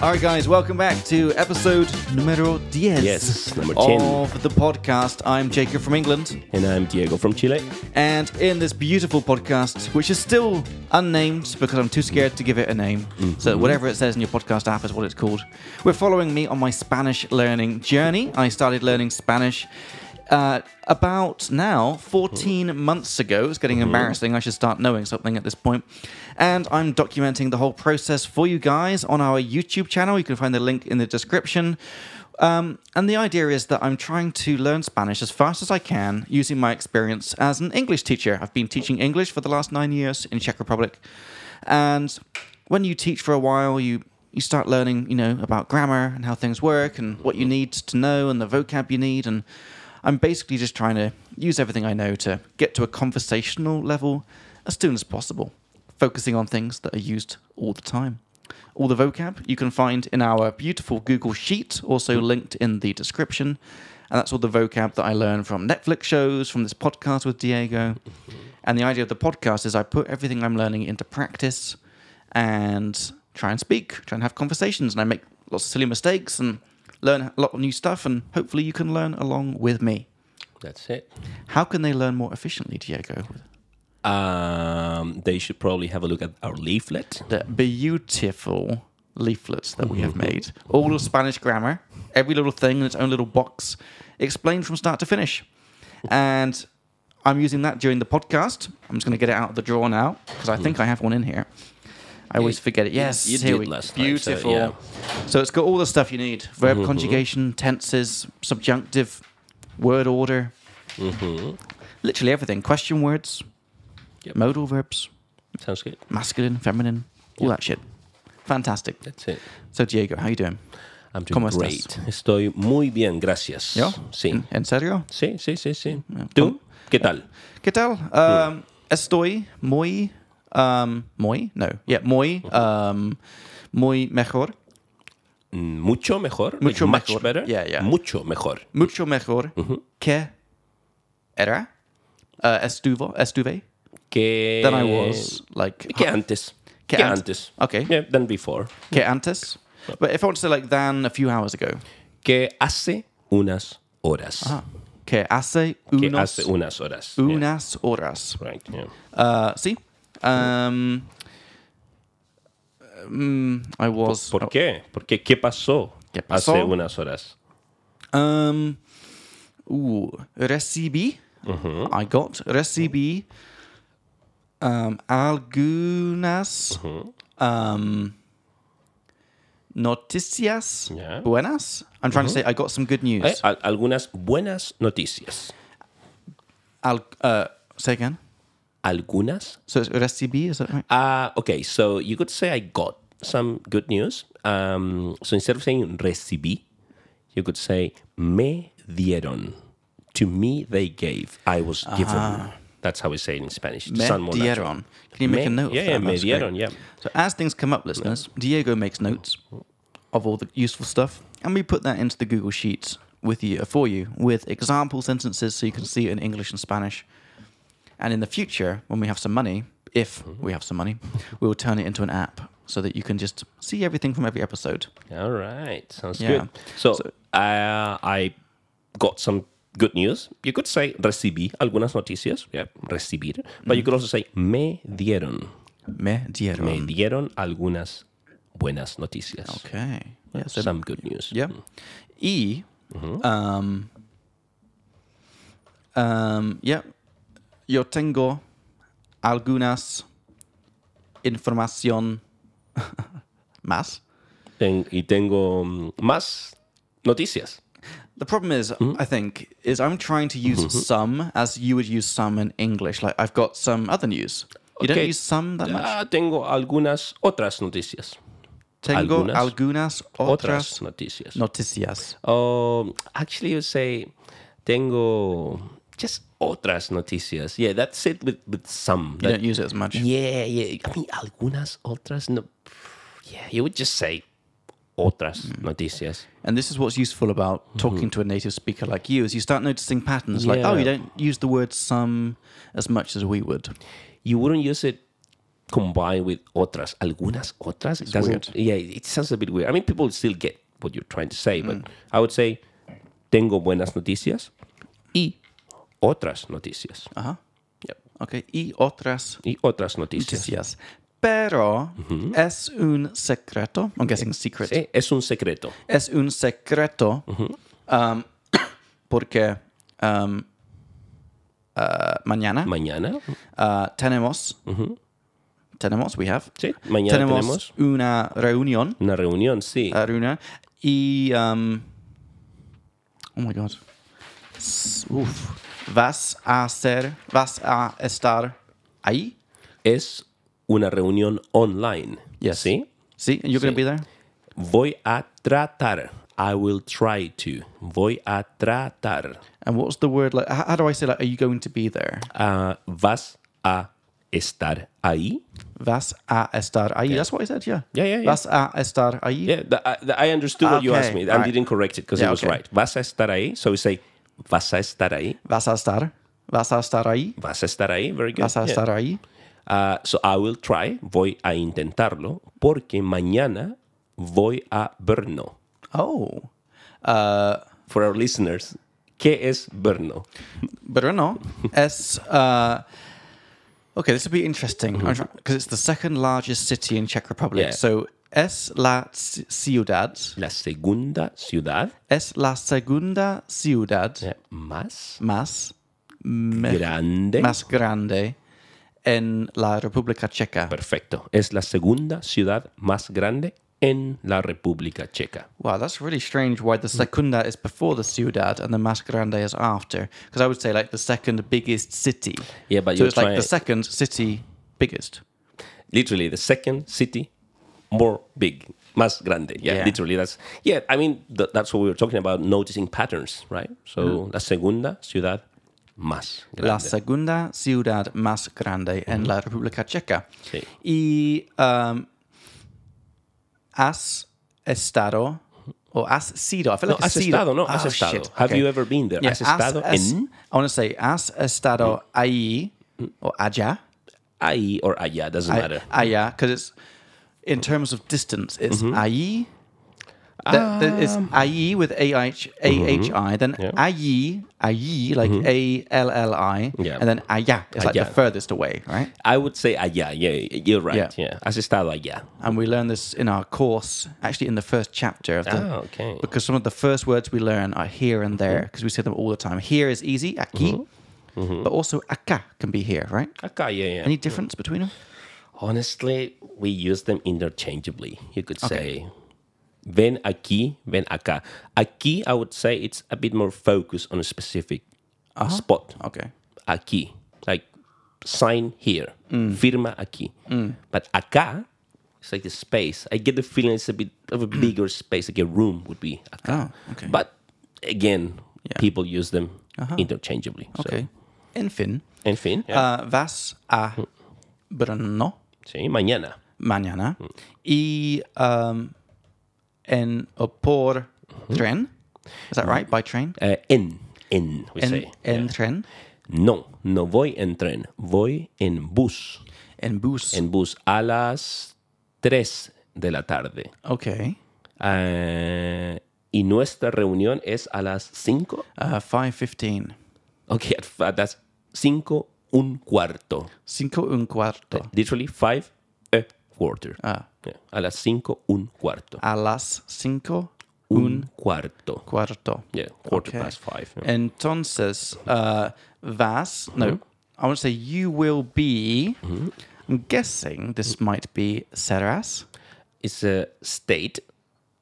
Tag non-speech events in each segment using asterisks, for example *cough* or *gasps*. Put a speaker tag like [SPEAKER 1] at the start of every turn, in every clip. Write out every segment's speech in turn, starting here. [SPEAKER 1] All right, guys, welcome back to episode numero 10
[SPEAKER 2] Yes, number 10.
[SPEAKER 1] of the podcast. I'm Jacob from England,
[SPEAKER 2] And I'm Diego from Chile.
[SPEAKER 1] and in this beautiful podcast, which is still unnamed because I'm too scared to give it a name, so whatever it says in your podcast app is what it's called. We're following me on my Spanish learning journey. I started learning Spanish. Uh, about now, 14 months ago, it's getting embarrassing. I should start knowing something at this point. And I'm documenting the whole process for you guys on our YouTube channel. You can find the link in the description. Um, and the idea is that I'm trying to learn Spanish as fast as I can using my experience as an English teacher. I've been teaching English for the last nine years in Czech Republic, and when you teach for a while, you you start learning, you know, about grammar and how things work and what you need to know and the vocab you need. And I'm basically just trying to use everything I know to get to a conversational level as soon as possible, focusing on things that are used all the time. All the vocab you can find in our beautiful Google Sheet, also linked in the description. And that's all the vocab that I learn from Netflix shows, from this podcast with Diego. And the idea of the podcast is I put everything I'm learning into practice and try and speak, try and have conversations. And I make lots of silly mistakes and learn a lot of new stuff. And hopefully you can learn along with me.
[SPEAKER 2] That's it.
[SPEAKER 1] How can they learn more efficiently, Diego?
[SPEAKER 2] Um, they should probably have a look at our leaflet.
[SPEAKER 1] the beautiful leaflets that we have
[SPEAKER 2] Mm-hmm.
[SPEAKER 1] made. All of Spanish grammar, every little thing in its own little box, explained from start to finish. And I'm using that during the podcast. I'm just going to get it out of the drawer now because I think I have one in here. I always forget it. Yes,
[SPEAKER 2] Mm. you
[SPEAKER 1] here
[SPEAKER 2] did
[SPEAKER 1] we-
[SPEAKER 2] last time, so,
[SPEAKER 1] beautiful.
[SPEAKER 2] yeah. Mm-hmm.
[SPEAKER 1] So it's got all the stuff you need: verb conjugation, tenses, subjunctive, word order, literally everything. Question words,
[SPEAKER 2] Mm-hmm. Yep.
[SPEAKER 1] modal verbs,
[SPEAKER 2] Sounds good.
[SPEAKER 1] masculine, feminine, all that shit. Fantastic.
[SPEAKER 2] That's it.
[SPEAKER 1] So Diego, how you doing?
[SPEAKER 2] I'm doing
[SPEAKER 1] ¿Cómo estás?
[SPEAKER 2] great. Estoy muy bien, gracias.
[SPEAKER 1] ¿Yo? Mm.
[SPEAKER 2] Sí.
[SPEAKER 1] ¿En serio?
[SPEAKER 2] Sí, sí, sí, sí. ¿Tú? ¿Qué tal?
[SPEAKER 1] ¿Qué tal? Um, estoy muy, um, muy, no, yeah, muy, um, muy mejor,
[SPEAKER 2] Mm, Mucho mejor. like
[SPEAKER 1] Mucho
[SPEAKER 2] much
[SPEAKER 1] mejor.
[SPEAKER 2] better.
[SPEAKER 1] Yeah, yeah.
[SPEAKER 2] Mucho mejor.
[SPEAKER 1] mucho mejor que era, uh, estuvo, estuve,
[SPEAKER 2] Que...
[SPEAKER 1] than I was, like,
[SPEAKER 2] Eh, Que antes.
[SPEAKER 1] Que
[SPEAKER 2] Que,
[SPEAKER 1] an-
[SPEAKER 2] antes.
[SPEAKER 1] Okay.
[SPEAKER 2] Yeah, than before.
[SPEAKER 1] que antes. But if I want to say like than a few hours ago,
[SPEAKER 2] Que hace unas horas.
[SPEAKER 1] que hace
[SPEAKER 2] Que
[SPEAKER 1] Ah, unos,
[SPEAKER 2] hace unas horas. Yeah.
[SPEAKER 1] unas horas.
[SPEAKER 2] Right, yeah.
[SPEAKER 1] Uh, sí. Um, um, I was.
[SPEAKER 2] ¿Por qué? Porque ¿qué pasó,
[SPEAKER 1] ¿Qué pasó?
[SPEAKER 2] hace unas horas?
[SPEAKER 1] Um, ooh, recibí.
[SPEAKER 2] Mm-hmm.
[SPEAKER 1] I got recibí. Um, algunas
[SPEAKER 2] Mm-hmm.
[SPEAKER 1] um, noticias
[SPEAKER 2] Yeah. Mm-hmm. Eh?
[SPEAKER 1] buenas. I'm trying to say I got some good news.
[SPEAKER 2] Hay al- algunas buenas noticias.
[SPEAKER 1] Al, uh, say again.
[SPEAKER 2] Algunas.
[SPEAKER 1] So it's recibí, is that right?
[SPEAKER 2] Ah, okay, so you could say I got some good news. Um, so instead of saying recibí, you could say me dieron. To me they gave. I was given. That's how we say it in Spanish. to
[SPEAKER 1] Ah. Me
[SPEAKER 2] sound more natural.
[SPEAKER 1] dieron. Can you make a
[SPEAKER 2] Me-
[SPEAKER 1] note
[SPEAKER 2] yeah,
[SPEAKER 1] of that?
[SPEAKER 2] yeah, me
[SPEAKER 1] That's great.
[SPEAKER 2] dieron, yeah.
[SPEAKER 1] So as things come up, listeners, Diego makes notes of all the useful stuff, and we put that into the Google Sheets with you for you with example sentences, so you can see it in English and Spanish. And in the future, when we have some money, if we have some money, we will turn it into an app so that you can just see everything from every episode.
[SPEAKER 2] All right, sounds
[SPEAKER 1] Yeah.
[SPEAKER 2] good. So, uh, I got some good news. You could say recibí algunas noticias, yeah, recibir, but
[SPEAKER 1] Mm-hmm.
[SPEAKER 2] you could also say me dieron,
[SPEAKER 1] Me dieron.
[SPEAKER 2] me dieron algunas buenas noticias.
[SPEAKER 1] Mm. Okay. Yeah. So
[SPEAKER 2] Some good news.
[SPEAKER 1] Yeah. E.
[SPEAKER 2] Mm-hmm.
[SPEAKER 1] Um, um, yeah. Yo tengo algunas información *laughs* más.
[SPEAKER 2] Ten- y tengo mm, más noticias.
[SPEAKER 1] The problem is,
[SPEAKER 2] Mm-hmm.
[SPEAKER 1] I think, is I'm trying to use some as you would use some in English. Like I've got some other news. You don't
[SPEAKER 2] Okay.
[SPEAKER 1] use some that much.
[SPEAKER 2] Ah, tengo algunas otras noticias.
[SPEAKER 1] Tengo
[SPEAKER 2] algunas-
[SPEAKER 1] algunas,
[SPEAKER 2] Otras,
[SPEAKER 1] otras,
[SPEAKER 2] noticias.
[SPEAKER 1] noticias.
[SPEAKER 2] Um, actually, you say tengo just otras noticias. Yeah, that's it with, with some.
[SPEAKER 1] You
[SPEAKER 2] That-
[SPEAKER 1] don't use it as much.
[SPEAKER 2] yeah, yeah. I mean, algunas otras. No, yeah, you would just say otras noticias.
[SPEAKER 1] And this is what's useful about
[SPEAKER 2] Mm-hmm.
[SPEAKER 1] talking to a native speaker like you is you start noticing patterns like, oh,
[SPEAKER 2] Yeah.
[SPEAKER 1] you don't use the word some as much as we would.
[SPEAKER 2] You wouldn't use it combined with otras, algunas otras. It doesn't. Yeah, it sounds a bit weird. I mean, people still get what you're trying to say, but I would say, tengo buenas noticias y otras noticias.
[SPEAKER 1] Ajá.
[SPEAKER 2] Yep.
[SPEAKER 1] Ok. Uh-huh. Y otras
[SPEAKER 2] Y otras noticias.
[SPEAKER 1] noticias. Pero
[SPEAKER 2] Mm-hmm.
[SPEAKER 1] es un secreto. I'm guessing secret.
[SPEAKER 2] Sí, es un secreto.
[SPEAKER 1] Es un secreto
[SPEAKER 2] Mm-hmm.
[SPEAKER 1] um, *coughs* porque um, uh, mañana
[SPEAKER 2] Mañana,
[SPEAKER 1] uh, tenemos, tenemos, we have,
[SPEAKER 2] sí, Mm-hmm. mañana Ah,
[SPEAKER 1] tenemos
[SPEAKER 2] tenemos,
[SPEAKER 1] una reunión,
[SPEAKER 2] una reunión, sí.
[SPEAKER 1] uh, reunión y, um, oh my god, S- uf. vas a ser, vas a estar ahí,
[SPEAKER 2] es una reunión online.
[SPEAKER 1] Yes.
[SPEAKER 2] ¿Sí?
[SPEAKER 1] sí, you're gonna
[SPEAKER 2] Sí.
[SPEAKER 1] be there,
[SPEAKER 2] Voy a tratar. I will try to. Voy a tratar.
[SPEAKER 1] and what's the word like? How, how do I say like? Are you going to be there?
[SPEAKER 2] Ah, vas a estar ahí.
[SPEAKER 1] Vas a estar ahí. That's what I said. Yeah.
[SPEAKER 2] Yeah, yeah, yeah.
[SPEAKER 1] Vas a estar ahí.
[SPEAKER 2] Yeah, the- I, the- I understood what you
[SPEAKER 1] Okay,
[SPEAKER 2] asked me. I
[SPEAKER 1] alright.
[SPEAKER 2] didn't correct it because
[SPEAKER 1] Yeah,
[SPEAKER 2] it was
[SPEAKER 1] okay.
[SPEAKER 2] right. Vas a estar ahí. So we say, vas a estar ahí.
[SPEAKER 1] Vas a estar. Vas a estar ahí.
[SPEAKER 2] Vas a estar ahí. Very good.
[SPEAKER 1] Vas a
[SPEAKER 2] Yeah.
[SPEAKER 1] estar ahí.
[SPEAKER 2] Ah, so I will try. Voy a intentarlo porque mañana voy a Brno.
[SPEAKER 1] Oh. Uh,
[SPEAKER 2] For our listeners, ¿qué es Brno?
[SPEAKER 1] pero no.
[SPEAKER 2] *laughs*
[SPEAKER 1] Es. Uh, okay, this will be interesting because it's the second largest city in Czech Republic.
[SPEAKER 2] Mm-hmm. Yeah.
[SPEAKER 1] So es la ci- ciudad.
[SPEAKER 2] La segunda ciudad
[SPEAKER 1] Es la segunda ciudad
[SPEAKER 2] eh, más
[SPEAKER 1] más me-
[SPEAKER 2] grande.
[SPEAKER 1] más grande en la República Checa.
[SPEAKER 2] Perfecto. Es la segunda ciudad más grande en la República Checa.
[SPEAKER 1] Wow, that's really strange why
[SPEAKER 2] Mm.
[SPEAKER 1] the Secunda is before the Ciudad and the Mas Grande is after. Because I would say like the second biggest city.
[SPEAKER 2] Yeah, but
[SPEAKER 1] so
[SPEAKER 2] you're
[SPEAKER 1] it's like
[SPEAKER 2] trying-
[SPEAKER 1] the second city biggest.
[SPEAKER 2] Literally, the second city more big, más grande. Yeah,
[SPEAKER 1] Yeah.
[SPEAKER 2] literally. That's yeah. I mean, th- that's what we were talking about, noticing patterns, right? So la segunda ciudad más
[SPEAKER 1] Mm-hmm. La
[SPEAKER 2] grande.
[SPEAKER 1] segunda ciudad más grande en la República Checa.
[SPEAKER 2] Sí.
[SPEAKER 1] Y um, has estado o has sido. I feel
[SPEAKER 2] no,
[SPEAKER 1] like
[SPEAKER 2] has
[SPEAKER 1] it's sido.
[SPEAKER 2] estado, no, has
[SPEAKER 1] Oh,
[SPEAKER 2] estado.
[SPEAKER 1] shit,
[SPEAKER 2] Have
[SPEAKER 1] okay.
[SPEAKER 2] you ever been there?
[SPEAKER 1] Yeah,
[SPEAKER 2] has estado
[SPEAKER 1] has-
[SPEAKER 2] en Mm.
[SPEAKER 1] I want to say has estado ahí or allá.
[SPEAKER 2] ahí or allá, doesn't matter.
[SPEAKER 1] Ah, yeah, because it's in terms of distance, it's
[SPEAKER 2] Mm-hmm.
[SPEAKER 1] IE. That, that is IE with AH, AHI, then
[SPEAKER 2] Um. Mm-hmm. Yeah. Mm-hmm.
[SPEAKER 1] IE, IE, like A L L I,
[SPEAKER 2] Yeah.
[SPEAKER 1] and then AYA is like the
[SPEAKER 2] Allá.
[SPEAKER 1] furthest away, right?
[SPEAKER 2] I would say allá. Yeah, you're right.
[SPEAKER 1] Yeah.
[SPEAKER 2] Yeah, has estado allá.
[SPEAKER 1] And we learn this in our course, actually in the first chapter of the.
[SPEAKER 2] Ah, okay.
[SPEAKER 1] Because some of the first words we learn are here and there,
[SPEAKER 2] Mm-hmm.
[SPEAKER 1] because we say them all the time. Here is easy, aquí, but also acá can be here, right?
[SPEAKER 2] Acá, yeah, yeah.
[SPEAKER 1] Any difference between them?
[SPEAKER 2] Honestly, we use them interchangeably. You could say, ven aquí, ven acá. Aquí, I would say it's a bit more focused on a specific
[SPEAKER 1] Uh-huh.
[SPEAKER 2] spot.
[SPEAKER 1] Okay.
[SPEAKER 2] Aquí, like sign here,
[SPEAKER 1] Mm.
[SPEAKER 2] firma aquí. But acá, it's like the space. I get the feeling it's a bit
[SPEAKER 1] *clears throat*
[SPEAKER 2] of a bigger space, like a room would be acá.
[SPEAKER 1] Oh, okay.
[SPEAKER 2] But again,
[SPEAKER 1] Yeah. Uh-huh.
[SPEAKER 2] people use them interchangeably. So,
[SPEAKER 1] Okay.
[SPEAKER 2] uh,
[SPEAKER 1] En fin.
[SPEAKER 2] En fin, yeah.
[SPEAKER 1] Uh, vas a Brno
[SPEAKER 2] sí, mañana.
[SPEAKER 1] mañana
[SPEAKER 2] Mm.
[SPEAKER 1] y um, en o por
[SPEAKER 2] Mhm.
[SPEAKER 1] tren. Is that right? By train?
[SPEAKER 2] Uh, en, en, we
[SPEAKER 1] En,
[SPEAKER 2] say.
[SPEAKER 1] en tren.
[SPEAKER 2] No, no voy en tren, voy en bus.
[SPEAKER 1] En bus.
[SPEAKER 2] En bus a las 3 de la tarde.
[SPEAKER 1] okay.
[SPEAKER 2] Eh, y nuestra reunión es a las 5.
[SPEAKER 1] Uh, 5.15.
[SPEAKER 2] Ok, *laughs* at f- at las 5 un cuarto.
[SPEAKER 1] Cinco un cuarto.
[SPEAKER 2] Literally 5 a quarter. Yeah, A las 5 un cuarto.
[SPEAKER 1] A las cinco
[SPEAKER 2] Un cuarto.
[SPEAKER 1] cuarto.
[SPEAKER 2] Yeah, quarter
[SPEAKER 1] Okay.
[SPEAKER 2] past 5.
[SPEAKER 1] Entonces, uh, vas,
[SPEAKER 2] Mm-hmm.
[SPEAKER 1] no, I want to say you will be, I'm guessing this might be serás,
[SPEAKER 2] It's a state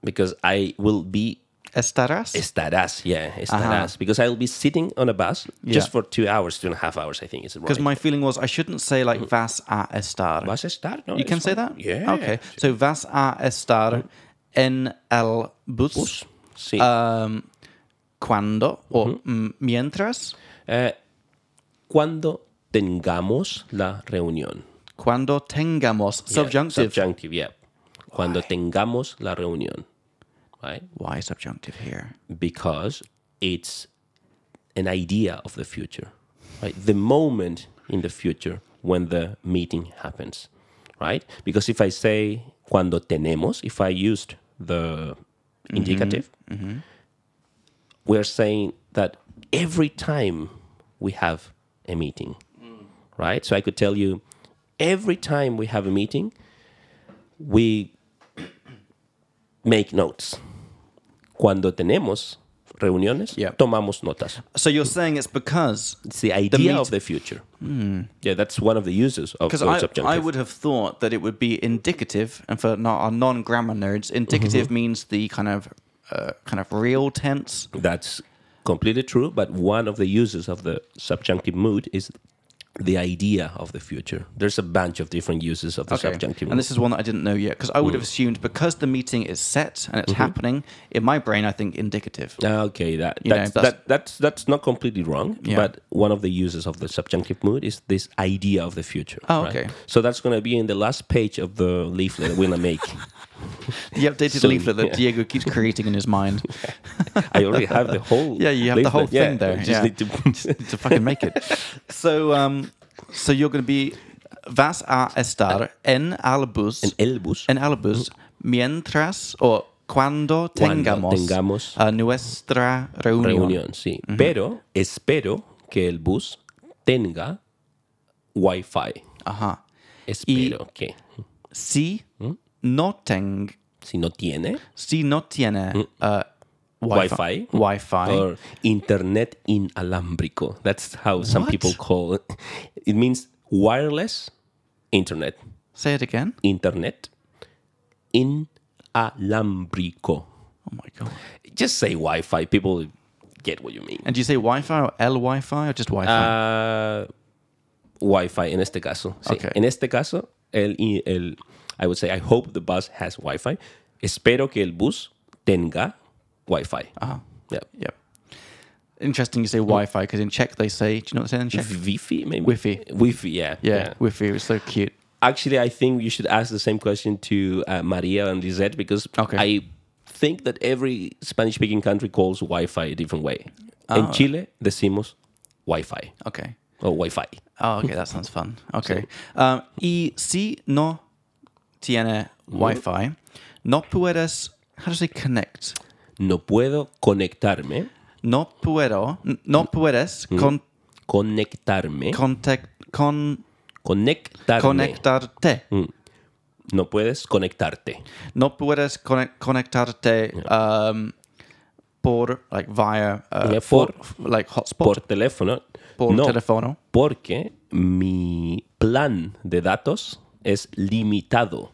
[SPEAKER 2] because I will be
[SPEAKER 1] estarás,
[SPEAKER 2] Estarás, yeah, estarás. Because I'll be sitting on a bus
[SPEAKER 1] Yeah.
[SPEAKER 2] just for two hours, two and a half hours, I think it's
[SPEAKER 1] Because
[SPEAKER 2] right.
[SPEAKER 1] my feeling was I shouldn't say like vas a estar.
[SPEAKER 2] Vas a estar, no?
[SPEAKER 1] you can say that?
[SPEAKER 2] Yeah.
[SPEAKER 1] Okay. So vas a estar en el bus,
[SPEAKER 2] Pues, Sí.
[SPEAKER 1] um, cuando or
[SPEAKER 2] Uh-huh.
[SPEAKER 1] mm, mientras,
[SPEAKER 2] Eh, cuando tengamos la reunión.
[SPEAKER 1] cuando tengamos
[SPEAKER 2] Yeah,
[SPEAKER 1] subjunctive.
[SPEAKER 2] subjunctive, yeah. Cuando tengamos la reunión. Right?
[SPEAKER 1] Why subjunctive here?
[SPEAKER 2] Because it's an idea of the future. Right? The moment in the future when the meeting happens. right? Because if I say cuando tenemos, if I used the indicative, we're saying that every time we have a meeting, right? So I could tell you every time we have a meeting, we make notes. Cuando tenemos reuniones,
[SPEAKER 1] Yeah.
[SPEAKER 2] tomamos notas.
[SPEAKER 1] So you're saying it's because
[SPEAKER 2] It's the idea
[SPEAKER 1] meet-
[SPEAKER 2] of the future. Yeah, that's one of the uses of those
[SPEAKER 1] Hmm. because I,
[SPEAKER 2] subjunctive.
[SPEAKER 1] I would have thought that it would be indicative, and for no- our non-grammar nerds, indicative
[SPEAKER 2] Mm-hmm.
[SPEAKER 1] means the kind of uh, kind of real tense.
[SPEAKER 2] That's completely true, but one of the uses of the subjunctive mood is the idea of the future. There's a bunch of different uses of the subjunctive mood.
[SPEAKER 1] And this is one that I didn't know yet because I
[SPEAKER 2] Hmm.
[SPEAKER 1] would have assumed because the meeting is set and
[SPEAKER 2] Mm-hmm.
[SPEAKER 1] it's happening in my brain, I think
[SPEAKER 2] *laughs*
[SPEAKER 1] indicative.
[SPEAKER 2] Ah, Okay, that,
[SPEAKER 1] You know,
[SPEAKER 2] that's,
[SPEAKER 1] that's-
[SPEAKER 2] that that's that's not completely wrong.
[SPEAKER 1] Yeah.
[SPEAKER 2] But one of the uses of the subjunctive mood is this idea of the future.
[SPEAKER 1] Oh, okay.
[SPEAKER 2] So that's going to be in the last page of the leaflet that we're gonna
[SPEAKER 1] *laughs*
[SPEAKER 2] make.
[SPEAKER 1] The updated
[SPEAKER 2] So-
[SPEAKER 1] leaflet that
[SPEAKER 2] yeah.
[SPEAKER 1] Diego keeps creating in his
[SPEAKER 2] *laughs*
[SPEAKER 1] mind.
[SPEAKER 2] I already have the whole.
[SPEAKER 1] Yeah, you have the whole
[SPEAKER 2] leaflet. Yeah,
[SPEAKER 1] thing there.
[SPEAKER 2] I just
[SPEAKER 1] yeah.
[SPEAKER 2] need to. *laughs*
[SPEAKER 1] Need to fucking make it. So, um, so you're going to be vas a estar en albus
[SPEAKER 2] An elbus.
[SPEAKER 1] en albus mientras o cuando tengamos,
[SPEAKER 2] tengamos
[SPEAKER 1] uh, nuestra reunión.
[SPEAKER 2] reunión, sí. Pero espero que el bus tenga Wi-Fi.
[SPEAKER 1] Ajá.
[SPEAKER 2] Espero que.
[SPEAKER 1] Si
[SPEAKER 2] Hmm?
[SPEAKER 1] no ten,
[SPEAKER 2] Si no tiene,
[SPEAKER 1] si no tiene uh,
[SPEAKER 2] Wi-Fi. Uh,
[SPEAKER 1] Wi-Fi.
[SPEAKER 2] or internet inalámbrico. That's how some
[SPEAKER 1] What?
[SPEAKER 2] people call it. It means wireless internet.
[SPEAKER 1] Say it again.
[SPEAKER 2] Internet inalámbrico.
[SPEAKER 1] Oh my god.
[SPEAKER 2] Just say Wi-Fi. People get what you mean.
[SPEAKER 1] And do you say Wi-Fi or L Wi-Fi or just Wi-Fi?
[SPEAKER 2] Ah, Wi-Fi en este caso. sí.
[SPEAKER 1] Ok.
[SPEAKER 2] En este caso, el, y el- I would say, I hope the bus has Wi-Fi. Espero que el bus tenga Wi-Fi.
[SPEAKER 1] Ajá.
[SPEAKER 2] Yeah.
[SPEAKER 1] yep. Interesting you say Wi-Fi because in Czech they say, do you know what they say in Czech?
[SPEAKER 2] Wi-Fi, maybe.
[SPEAKER 1] Wi-Fi.
[SPEAKER 2] Wi-Fi, yeah.
[SPEAKER 1] Yeah, Wi-Fi. It's so cute.
[SPEAKER 2] Actually, I think you should ask the same question to uh, Maria and Lisette because
[SPEAKER 1] Okay.
[SPEAKER 2] I think that every Spanish-speaking country calls Wi-Fi a different way.
[SPEAKER 1] Ah.
[SPEAKER 2] En Chile decimos Wi-Fi
[SPEAKER 1] Okay.
[SPEAKER 2] or Wi-Fi.
[SPEAKER 1] Oh, okay. That sounds fun. Okay. Um, y si no tiene Wi-Fi, no puedes. How do you say connect?
[SPEAKER 2] No puedo conectarme.
[SPEAKER 1] No puedo. n- No puedes con,
[SPEAKER 2] Conectarme.
[SPEAKER 1] contact, con,
[SPEAKER 2] Conectarme.
[SPEAKER 1] conectarte.
[SPEAKER 2] No puedes conectarte.
[SPEAKER 1] No puedes cone- conectarte um, por like via uh,
[SPEAKER 2] Yeah, por-
[SPEAKER 1] like hotspot
[SPEAKER 2] Por teléfono.
[SPEAKER 1] por
[SPEAKER 2] no,
[SPEAKER 1] teléfono.
[SPEAKER 2] porque mi plan de datos es limitado.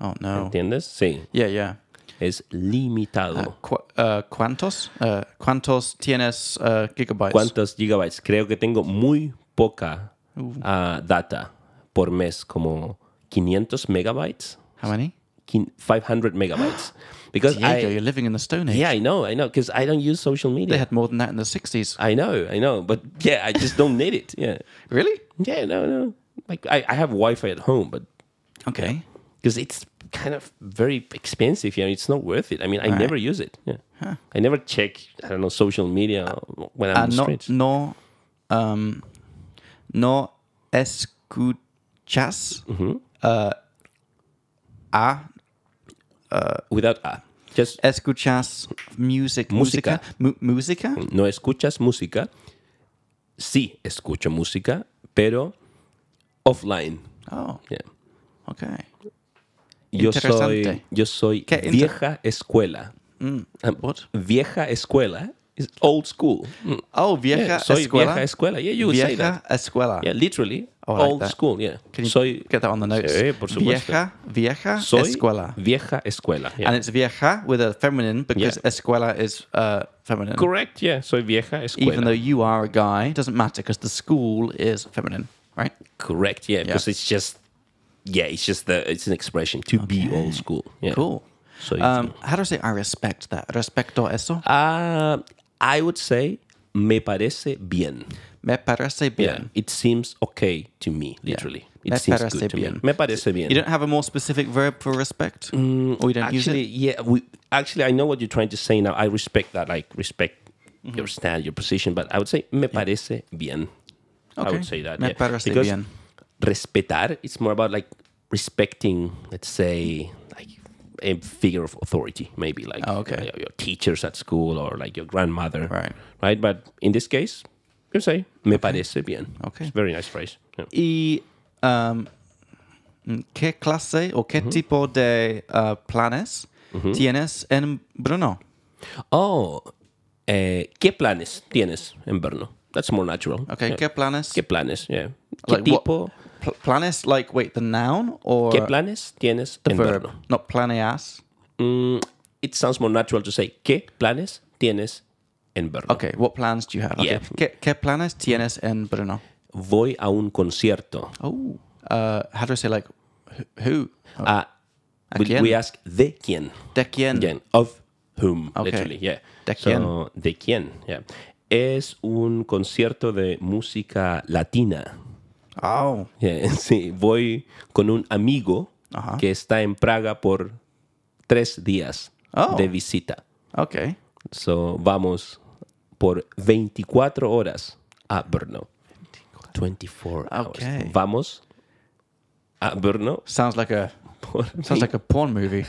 [SPEAKER 1] Oh no.
[SPEAKER 2] ¿Entiendes? Sí,
[SPEAKER 1] Yeah, yeah.
[SPEAKER 2] es limitado.
[SPEAKER 1] Qu- uh, ¿Cuántos? Uh, ¿Cuántos tienes uh, gigabytes?
[SPEAKER 2] ¿Cuántos gigabytes? Creo que tengo muy poca ah, data por mes, como 500 megabytes.
[SPEAKER 1] How many?
[SPEAKER 2] quin- 500 *gasps* megabytes. Because
[SPEAKER 1] Diego,
[SPEAKER 2] I,
[SPEAKER 1] you're living in the Stone Age.
[SPEAKER 2] yeah, I know, I know, because I don't use social
[SPEAKER 1] They
[SPEAKER 2] media.
[SPEAKER 1] had more than that in the 60s.
[SPEAKER 2] I know, I know, but yeah, I just don't need it. Yeah.
[SPEAKER 1] Really?
[SPEAKER 2] Yeah, no, no. Like I, I have Wi-Fi at home, but
[SPEAKER 1] Okay.
[SPEAKER 2] because it's kind of very expensive here, it's not worth it. I mean, I never use it. Yeah, I never check. I don't know social media when I'm
[SPEAKER 1] And
[SPEAKER 2] on
[SPEAKER 1] Uh,
[SPEAKER 2] the
[SPEAKER 1] Ah, no,
[SPEAKER 2] streets.
[SPEAKER 1] no, um, no escuchas
[SPEAKER 2] Mm-hmm.
[SPEAKER 1] uh, a
[SPEAKER 2] Without a, just
[SPEAKER 1] escuchas music música
[SPEAKER 2] Música. Mm.
[SPEAKER 1] mu- música
[SPEAKER 2] no escuchas música. Sí, escucho música, pero offline.
[SPEAKER 1] oh
[SPEAKER 2] Yeah.
[SPEAKER 1] okay
[SPEAKER 2] Yo soy,
[SPEAKER 1] Interesante.
[SPEAKER 2] yo soy
[SPEAKER 1] Qué inter- Mm.
[SPEAKER 2] vieja escuela. Um,
[SPEAKER 1] what?
[SPEAKER 2] Vieja escuela is old school. Mm.
[SPEAKER 1] oh vieja
[SPEAKER 2] Yeah, soy
[SPEAKER 1] escuela
[SPEAKER 2] vieja escuela. Yeah, you would say that.
[SPEAKER 1] vieja escuela
[SPEAKER 2] Yeah, literally.
[SPEAKER 1] I like
[SPEAKER 2] old
[SPEAKER 1] that.
[SPEAKER 2] school, yeah.
[SPEAKER 1] Oh, can you
[SPEAKER 2] soy
[SPEAKER 1] get that on the notes
[SPEAKER 2] Sí, por supuesto.
[SPEAKER 1] vieja vieja
[SPEAKER 2] soy
[SPEAKER 1] escuela
[SPEAKER 2] vieja escuela. yeah.
[SPEAKER 1] and it's vieja with a feminine because
[SPEAKER 2] Yeah.
[SPEAKER 1] escuela is uh, feminine
[SPEAKER 2] Correct, yeah. Soy vieja escuela.
[SPEAKER 1] even though you are a guy doesn't matter because the school is feminine right
[SPEAKER 2] Correct, yeah, because it's just, yeah, it's just the, it's an expression to be old school. Yeah.
[SPEAKER 1] cool
[SPEAKER 2] Soy
[SPEAKER 1] um, how do I say I respect that respecto eso
[SPEAKER 2] Ah, I would say me parece bien.
[SPEAKER 1] me parece
[SPEAKER 2] Yeah.
[SPEAKER 1] bien
[SPEAKER 2] It seems okay to me, literally. It
[SPEAKER 1] Me
[SPEAKER 2] seems
[SPEAKER 1] parece
[SPEAKER 2] good to
[SPEAKER 1] bien.
[SPEAKER 2] me. Me parece bien.
[SPEAKER 1] You don't have a more specific verb for respect, or you don't
[SPEAKER 2] Mm, actually,
[SPEAKER 1] use it.
[SPEAKER 2] yeah. We actually, I know what you're trying to say now. I respect that. Like respect
[SPEAKER 1] Mm-hmm.
[SPEAKER 2] your stand, your position. But I would say me parece bien. I
[SPEAKER 1] Okay.
[SPEAKER 2] would say that.
[SPEAKER 1] Me
[SPEAKER 2] yeah.
[SPEAKER 1] parece bien.
[SPEAKER 2] Respetar. It's more about like respecting, let's say, like a figure of authority, maybe like
[SPEAKER 1] Oh, okay.
[SPEAKER 2] uh, your teachers at school or like your grandmother,
[SPEAKER 1] Right.
[SPEAKER 2] Right, but in this case, you say "me parece bien."
[SPEAKER 1] Okay.
[SPEAKER 2] it's a very nice phrase. Yeah.
[SPEAKER 1] Y um, ¿Qué clase o qué tipo de uh, planes tienes en Brno?
[SPEAKER 2] Oh, eh, ¿qué planes tienes en Brno? That's more natural.
[SPEAKER 1] Okay,
[SPEAKER 2] Yeah.
[SPEAKER 1] ¿qué planes?
[SPEAKER 2] Eh, ¿Qué planes? Yeah. ¿Qué
[SPEAKER 1] Like what-
[SPEAKER 2] tipo?
[SPEAKER 1] Pl- planes, like, wait, the noun or
[SPEAKER 2] ¿Qué planes tienes
[SPEAKER 1] the
[SPEAKER 2] en
[SPEAKER 1] verb?
[SPEAKER 2] Brno?
[SPEAKER 1] Not planeas.
[SPEAKER 2] Mm, it sounds more natural to say ¿Qué planes tienes en Brno?
[SPEAKER 1] Okay, what plans do you have? Okay.
[SPEAKER 2] Yeah.
[SPEAKER 1] ¿Qué, ¿Qué planes tienes en Brno?
[SPEAKER 2] Voy a un concierto.
[SPEAKER 1] Oh, uh, how do I say, like, wh- who?
[SPEAKER 2] Ah,
[SPEAKER 1] Oh. ¿A
[SPEAKER 2] we,
[SPEAKER 1] quién?
[SPEAKER 2] we ask de quién.
[SPEAKER 1] ¿De quién?
[SPEAKER 2] Again, of whom,
[SPEAKER 1] Okay.
[SPEAKER 2] literally, yeah.
[SPEAKER 1] ¿De
[SPEAKER 2] So,
[SPEAKER 1] quién?
[SPEAKER 2] ¿De quién? Yeah. Es un concierto de música latina.
[SPEAKER 1] Oh,
[SPEAKER 2] Yeah, *laughs* sí, voy con un amigo
[SPEAKER 1] Ajá.
[SPEAKER 2] que está en Praga por tres días
[SPEAKER 1] Oh.
[SPEAKER 2] de visita.
[SPEAKER 1] okay.
[SPEAKER 2] So, vamos por 24 horas a Brno. 24
[SPEAKER 1] Okay.
[SPEAKER 2] hours. Vamos a Brno
[SPEAKER 1] Sounds like a
[SPEAKER 2] por
[SPEAKER 1] sounds like a porn
[SPEAKER 2] *laughs*
[SPEAKER 1] movie.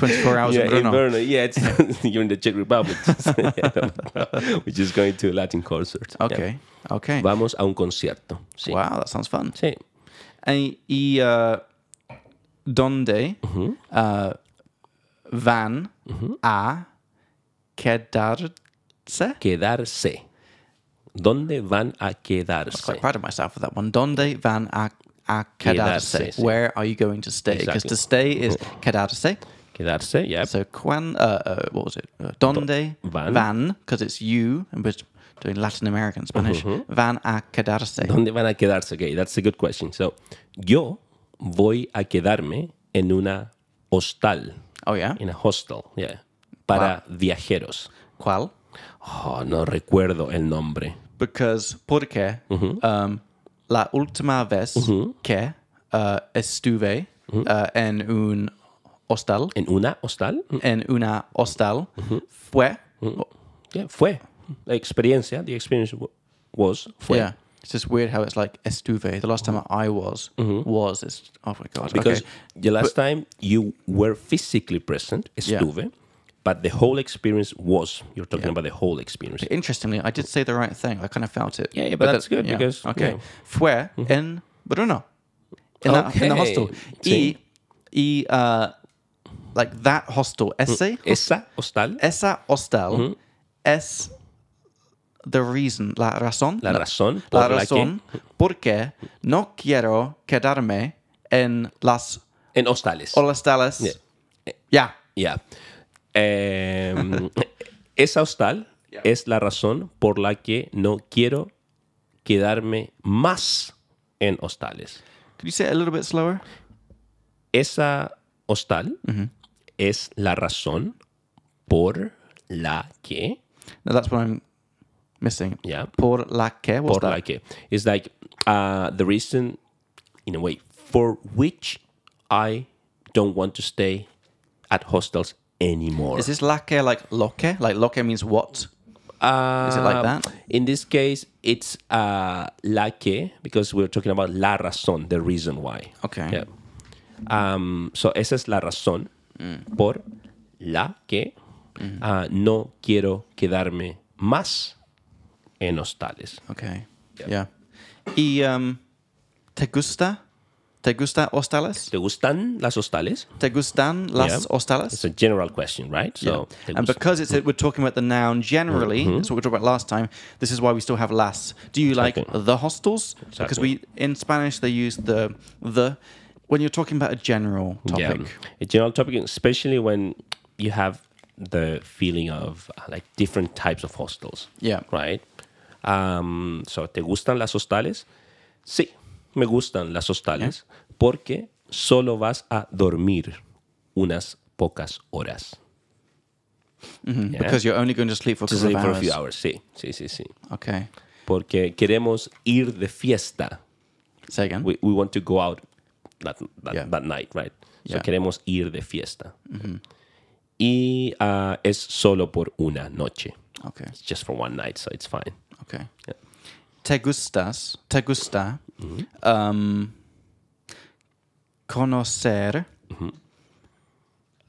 [SPEAKER 1] 24 hours
[SPEAKER 2] yeah,
[SPEAKER 1] in Brno.
[SPEAKER 2] in Brno.
[SPEAKER 1] *laughs*
[SPEAKER 2] Yeah, it's, *laughs* you're in the Czech Republic, which is going to a Latin concert. Yeah.
[SPEAKER 1] Okay, okay.
[SPEAKER 2] Vamos a un concierto. Sí.
[SPEAKER 1] Wow, that sounds fun.
[SPEAKER 2] Sí.
[SPEAKER 1] And y uh, donde
[SPEAKER 2] Mhm.
[SPEAKER 1] uh, van a quedarse?
[SPEAKER 2] Quedarse. ¿Dónde van a quedarse?
[SPEAKER 1] Quite proud of myself for that one. Donde van a, a quedarse?
[SPEAKER 2] Quedarse, sí.
[SPEAKER 1] Where are you going to stay? Because
[SPEAKER 2] Exactly. Oh.
[SPEAKER 1] to stay is quedarse.
[SPEAKER 2] Quedarse, yeah.
[SPEAKER 1] So quan, uh, uh, what was it? Uh, donde
[SPEAKER 2] van.
[SPEAKER 1] van because it's you and we're doing Latin American Spanish.
[SPEAKER 2] Mm-hmm.
[SPEAKER 1] Van a quedarse.
[SPEAKER 2] ¿Dónde van a quedarse? Okay, that's a good question. So, yo voy a quedarme en una hostal.
[SPEAKER 1] Oh yeah.
[SPEAKER 2] In a hostel, yeah. Para viajeros.
[SPEAKER 1] Qual?
[SPEAKER 2] Oh, no recuerdo el nombre.
[SPEAKER 1] because porque
[SPEAKER 2] Mm-hmm.
[SPEAKER 1] um, la última vez que uh, estuve
[SPEAKER 2] Mm-hmm.
[SPEAKER 1] uh, en un hostel,
[SPEAKER 2] ¿En una hostal? Mm,
[SPEAKER 1] en una hostel,
[SPEAKER 2] Mm-hmm.
[SPEAKER 1] fue,
[SPEAKER 2] Yeah, fue. La experiencia, the experience wa- was, fue.
[SPEAKER 1] yeah. It's just weird how it's like estuve. The last time I was was it's, oh my god.
[SPEAKER 2] Mm-hmm. Because
[SPEAKER 1] okay.
[SPEAKER 2] the last time you were physically present, estuve, but the whole experience was. You're talking about the whole experience.
[SPEAKER 1] interestingly, I did say the right thing. I kind of felt it.
[SPEAKER 2] Yeah, yeah, but that's good because,
[SPEAKER 1] okay.
[SPEAKER 2] yeah. Mm-hmm.
[SPEAKER 1] Fue en Bruno, in, that, in the hostel.
[SPEAKER 2] Okay.
[SPEAKER 1] E, e, uh, like that hostel.
[SPEAKER 2] Mm,
[SPEAKER 1] Ese,
[SPEAKER 2] Esa hostal,
[SPEAKER 1] esa hostel
[SPEAKER 2] Mm-hmm.
[SPEAKER 1] es the reason, la razón,
[SPEAKER 2] la razón
[SPEAKER 1] la
[SPEAKER 2] por la que...
[SPEAKER 1] razón porque no quiero quedarme en las
[SPEAKER 2] En hostales.
[SPEAKER 1] hostales. Ya.
[SPEAKER 2] Yeah. Em, *laughs* esa hostal es la razón por la que no quiero quedarme más en hostales.
[SPEAKER 1] Could you say it a little bit slower?
[SPEAKER 2] Esa hostal es la razón por la que...
[SPEAKER 1] No, that's what I'm missing.
[SPEAKER 2] Yeah.
[SPEAKER 1] Por la que was
[SPEAKER 2] Por
[SPEAKER 1] that?
[SPEAKER 2] la que. It's like uh, the reason, in a way, for which I don't want to stay at hostels anymore.
[SPEAKER 1] Is this la que like lo que? Like lo que means what?
[SPEAKER 2] Uh,
[SPEAKER 1] Is it like that?
[SPEAKER 2] In this case, it's uh, la que because we're talking about la razón, the reason why.
[SPEAKER 1] Okay.
[SPEAKER 2] Yeah. Um, so esa es la razón
[SPEAKER 1] Mm.
[SPEAKER 2] por la que
[SPEAKER 1] Mm-hmm.
[SPEAKER 2] uh, no quiero quedarme más en hostales.
[SPEAKER 1] Okay. Yeah. Y um, te gusta? Te gusta hostales?
[SPEAKER 2] ¿Te gustan las hostales?
[SPEAKER 1] Te gustan las
[SPEAKER 2] Yeah.
[SPEAKER 1] hostales?
[SPEAKER 2] It's a general question, right? So ¿te
[SPEAKER 1] and
[SPEAKER 2] gustan?
[SPEAKER 1] because it's we're talking about the noun generally,
[SPEAKER 2] Mm-hmm.
[SPEAKER 1] that's what we talked about last time. This is why we still have las. Do you like
[SPEAKER 2] Exactly.
[SPEAKER 1] the hostels? Because we in Spanish they use the the when you're talking about a general topic.
[SPEAKER 2] Yeah. A general topic, especially when you have the feeling of uh, like different types of hostels.
[SPEAKER 1] Yeah.
[SPEAKER 2] Right? Um, so, ¿te gustan las hostales? Sí, me gustan las hostales porque solo vas a dormir unas pocas horas. Yeah.
[SPEAKER 1] mm, Because you're only going to sleep for a
[SPEAKER 2] Just
[SPEAKER 1] couple of
[SPEAKER 2] for a
[SPEAKER 1] hours.
[SPEAKER 2] few hours. Sí, sí, sí, sí.
[SPEAKER 1] Okay.
[SPEAKER 2] Porque queremos ir de fiesta.
[SPEAKER 1] Say again.
[SPEAKER 2] we, we want to go out that, that,
[SPEAKER 1] Yeah.
[SPEAKER 2] that night, right?
[SPEAKER 1] Yeah. Mm-hmm.
[SPEAKER 2] So queremos ir de fiesta. Y ah, es solo por una noche.
[SPEAKER 1] okay.
[SPEAKER 2] It's just for one night, so it's fine.
[SPEAKER 1] Okay.
[SPEAKER 2] Yeah.
[SPEAKER 1] Te gustas. Te gusta. Um, conocer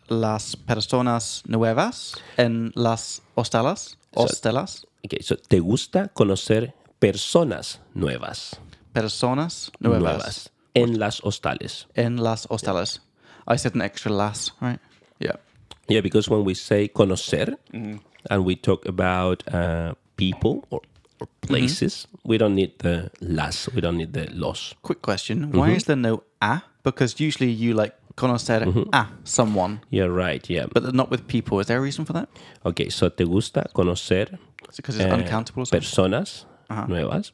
[SPEAKER 1] las personas nuevas en las hostelas. Hostelas.
[SPEAKER 2] Okay, so, ¿Te gusta conocer personas nuevas?
[SPEAKER 1] Personas nuevas,
[SPEAKER 2] en las hostales.
[SPEAKER 1] en las hostelas. I said an extra las, right? Yeah.
[SPEAKER 2] Yeah, because when we say conocer
[SPEAKER 1] Mm-hmm.
[SPEAKER 2] and we talk about uh, people or, or places,
[SPEAKER 1] Mm-hmm.
[SPEAKER 2] we don't need the las, we don't need the los.
[SPEAKER 1] Quick question. Why is there no a? Because usually you like conocer a someone,
[SPEAKER 2] You're right, yeah.
[SPEAKER 1] but not with people. Is there a reason for that?
[SPEAKER 2] okay, so te gusta
[SPEAKER 1] Is
[SPEAKER 2] conocer
[SPEAKER 1] it because it's
[SPEAKER 2] eh,
[SPEAKER 1] uncountable or something?
[SPEAKER 2] personas nuevas.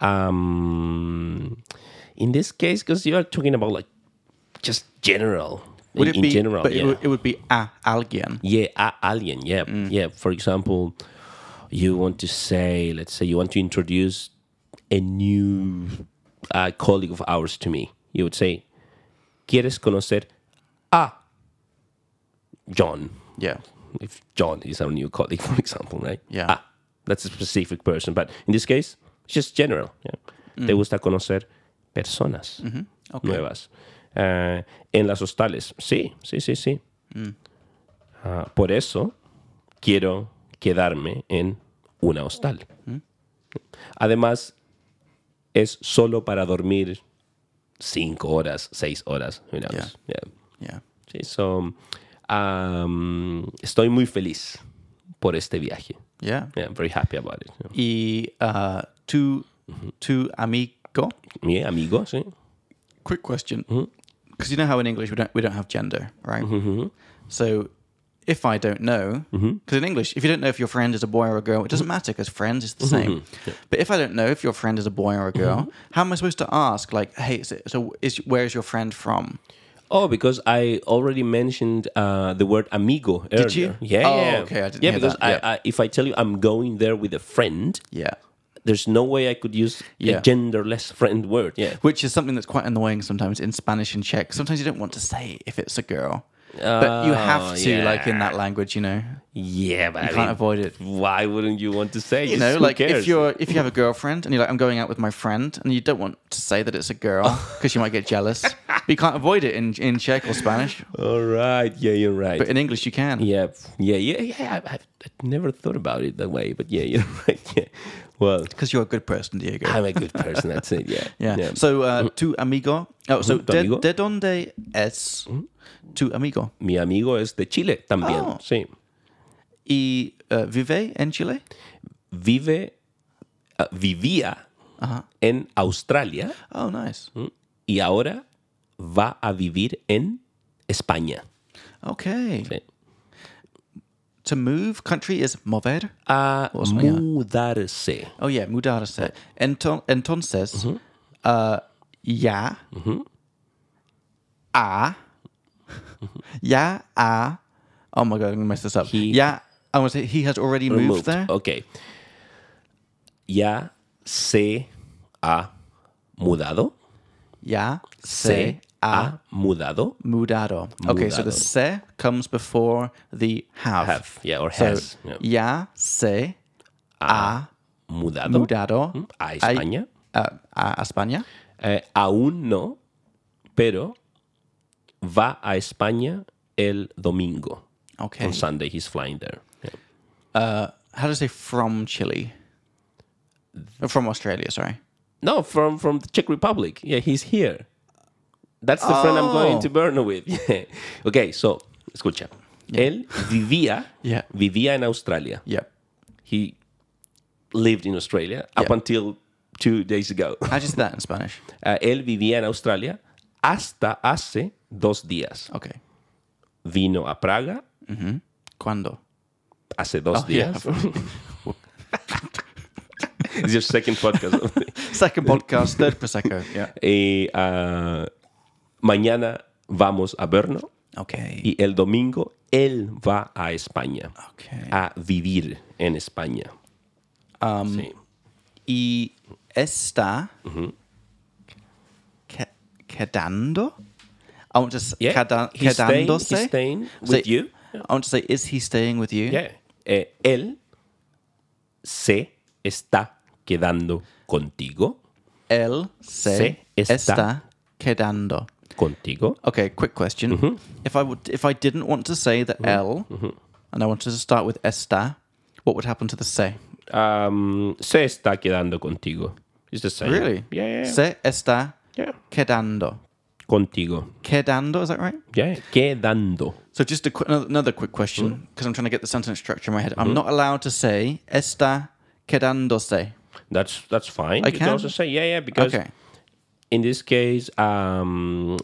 [SPEAKER 2] Um, in this case, because you are talking about like just general. in, in
[SPEAKER 1] be,
[SPEAKER 2] general,
[SPEAKER 1] but
[SPEAKER 2] yeah.
[SPEAKER 1] it, would, Mm. it would be a alguien.
[SPEAKER 2] Yeah, a- alien. Yeah, yeah. For example, you want to say, let's say, you want to introduce a new uh, colleague of ours to me. You would say, "Quieres conocer a John?"
[SPEAKER 1] Yeah.
[SPEAKER 2] If John is our new colleague, *laughs* for example, right?
[SPEAKER 1] Yeah.
[SPEAKER 2] Ah, that's a specific person, but in this case, it's just general. Yeah. Te gusta conocer personas
[SPEAKER 1] Mm. Mm-hmm. Okay.
[SPEAKER 2] nuevas. Eh, en las hostales, sí, sí, sí, sí.
[SPEAKER 1] Mm.
[SPEAKER 2] Ah, por eso quiero quedarme en una hostal.
[SPEAKER 1] Mm.
[SPEAKER 2] Además, es solo para dormir cinco horas, seis horas. who knows.
[SPEAKER 1] Yeah.
[SPEAKER 2] Yeah.
[SPEAKER 1] Yeah.
[SPEAKER 2] Sí, so, um, estoy muy feliz por este viaje.
[SPEAKER 1] Yeah.
[SPEAKER 2] Yeah, I'm very happy about it. Yeah.
[SPEAKER 1] Y uh, tu,
[SPEAKER 2] Mm-hmm.
[SPEAKER 1] tu amigo.
[SPEAKER 2] Mi amigo, sí.
[SPEAKER 1] Quick question.
[SPEAKER 2] Mm-hmm.
[SPEAKER 1] Because you know how in English we don't, we don't have gender, right? So if I don't know, because
[SPEAKER 2] Mm-hmm.
[SPEAKER 1] in English, if you don't know if your friend is a boy or a girl, it doesn't matter because friends is the
[SPEAKER 2] Mm-hmm,
[SPEAKER 1] same. But if I don't know if your friend is a boy or a girl, how am I supposed to ask, like, hey, is it, so is, where is your friend from?
[SPEAKER 2] Oh, because I already mentioned uh, the word amigo earlier.
[SPEAKER 1] Did you?
[SPEAKER 2] Yeah,
[SPEAKER 1] Oh,
[SPEAKER 2] yeah.
[SPEAKER 1] okay, I didn't
[SPEAKER 2] yeah,
[SPEAKER 1] hear
[SPEAKER 2] because
[SPEAKER 1] that, yeah.
[SPEAKER 2] I, I, if I tell you I'm going there with a friend,
[SPEAKER 1] Yeah.
[SPEAKER 2] there's no way I could use
[SPEAKER 1] Yeah.
[SPEAKER 2] a genderless friend word. Yeah.
[SPEAKER 1] Which is something that's quite annoying sometimes in Spanish and Czech. Sometimes you don't want to say if it's a girl. But you
[SPEAKER 2] Oh,
[SPEAKER 1] have to, like in
[SPEAKER 2] yeah.
[SPEAKER 1] that language, you know.
[SPEAKER 2] Yeah, but I
[SPEAKER 1] You
[SPEAKER 2] mean,
[SPEAKER 1] can't avoid it.
[SPEAKER 2] Why wouldn't you want to say?
[SPEAKER 1] you know, like if you're if you have a girlfriend and you're like, I'm going out with my friend, and you don't want to say that it's a girl
[SPEAKER 2] Oh.
[SPEAKER 1] because you might get
[SPEAKER 2] *laughs*
[SPEAKER 1] jealous. but you can't avoid it in in Czech or Spanish,
[SPEAKER 2] All right. Yeah, you're right.
[SPEAKER 1] but in English you can.
[SPEAKER 2] yeah, f- yeah, yeah, yeah. I, I've, I've never thought about it that way, but yeah, *laughs* you're right. Yeah. Well,
[SPEAKER 1] Because you're a good person, Diego.
[SPEAKER 2] I'm a good person. That's it. Yeah. Mm-hmm.
[SPEAKER 1] yeah. So uh, tu amigo. Oh, so
[SPEAKER 2] tu
[SPEAKER 1] de,
[SPEAKER 2] amigo. Mm-hmm.
[SPEAKER 1] de donde es tu amigo?
[SPEAKER 2] Mi amigo es de Chile también.
[SPEAKER 1] Oh.
[SPEAKER 2] Sí.
[SPEAKER 1] Y uh, vive en Chile.
[SPEAKER 2] Vive, ah, vivía en Australia
[SPEAKER 1] Oh, nice.
[SPEAKER 2] y ahora va a vivir en España. Mm-hmm.
[SPEAKER 1] Okay.
[SPEAKER 2] Sí.
[SPEAKER 1] To move country is mover.
[SPEAKER 2] A
[SPEAKER 1] O sea.
[SPEAKER 2] mudarse.
[SPEAKER 1] Oh yeah, mudarse. Enton, entonces,
[SPEAKER 2] Mm-hmm.
[SPEAKER 1] uh, ya a ya a. Oh my god, I'm gonna mess this up.
[SPEAKER 2] Mm-hmm. He- Oh.
[SPEAKER 1] yeah, I want to say he has already moved,
[SPEAKER 2] Moved.
[SPEAKER 1] there.
[SPEAKER 2] Ok. Ya se ha mudado.
[SPEAKER 1] Ya
[SPEAKER 2] Se
[SPEAKER 1] se ha
[SPEAKER 2] ha mudado.
[SPEAKER 1] mudado. Okay, so the
[SPEAKER 2] Mudado.
[SPEAKER 1] se comes before the have.
[SPEAKER 2] Have, yeah, or
[SPEAKER 1] So
[SPEAKER 2] has. yeah.
[SPEAKER 1] ya se ha
[SPEAKER 2] Mudado
[SPEAKER 1] mudado
[SPEAKER 2] a España.
[SPEAKER 1] uh, a España.
[SPEAKER 2] Eh, aún no, pero va a España el domingo.
[SPEAKER 1] Okay.
[SPEAKER 2] On Sunday he's flying there. Yeah.
[SPEAKER 1] how to say from Chile? From Australia, sorry.
[SPEAKER 2] No, from, from the Czech Republic. Yeah, he's here. That's the friend I'm going
[SPEAKER 1] Oh.
[SPEAKER 2] to Brno with. *laughs* Yeah. Okay, so, escucha. Él vivía,
[SPEAKER 1] Yeah.
[SPEAKER 2] vivía en Australia.
[SPEAKER 1] Yep.
[SPEAKER 2] He lived in Australia up
[SPEAKER 1] Yeah.
[SPEAKER 2] until two days ago. *laughs*
[SPEAKER 1] How do you say that in Spanish?
[SPEAKER 2] Ah, él vivía en Australia hasta hace dos días.
[SPEAKER 1] Okay.
[SPEAKER 2] Vino a Praga
[SPEAKER 1] Cuando?
[SPEAKER 2] hace dos
[SPEAKER 1] yeah.
[SPEAKER 2] días. *laughs* It's your second podcast.
[SPEAKER 1] Second podcast, third prosecco. Yeah.
[SPEAKER 2] *laughs* y ah, mañana vamos a Brno
[SPEAKER 1] Okay.
[SPEAKER 2] y el domingo él va a España
[SPEAKER 1] Okay.
[SPEAKER 2] a vivir en España. Sí.
[SPEAKER 1] Y está
[SPEAKER 2] Mm-hmm.
[SPEAKER 1] que- quedando. I want to say
[SPEAKER 2] Yeah,
[SPEAKER 1] queda-
[SPEAKER 2] he's staying-
[SPEAKER 1] quedándose.
[SPEAKER 2] he's staying with
[SPEAKER 1] Say-
[SPEAKER 2] you.
[SPEAKER 1] I want to say, is he staying with you?
[SPEAKER 2] Yeah. Eh, él se está quedando contigo.
[SPEAKER 1] Él se, está,
[SPEAKER 2] Se está-
[SPEAKER 1] quedando.
[SPEAKER 2] contigo.
[SPEAKER 1] Okay, quick question.
[SPEAKER 2] Mm-hmm.
[SPEAKER 1] If I would, if I didn't want to say the L, and I wanted to start with esta, what would happen to the se?
[SPEAKER 2] Um, se está quedando contigo. It's the same.
[SPEAKER 1] Really?
[SPEAKER 2] Yeah, yeah.
[SPEAKER 1] Se está
[SPEAKER 2] yeah.
[SPEAKER 1] quedando.
[SPEAKER 2] Contigo.
[SPEAKER 1] Quedando, is that right?
[SPEAKER 2] Yeah. Quedando.
[SPEAKER 1] So just a qu- another- another quick question because I'm trying to get the sentence structure in my head. I'm not allowed to say está quedándose.
[SPEAKER 2] That's that's fine. you
[SPEAKER 1] can?
[SPEAKER 2] can also say yeah, yeah, because
[SPEAKER 1] Okay.
[SPEAKER 2] in this case, um,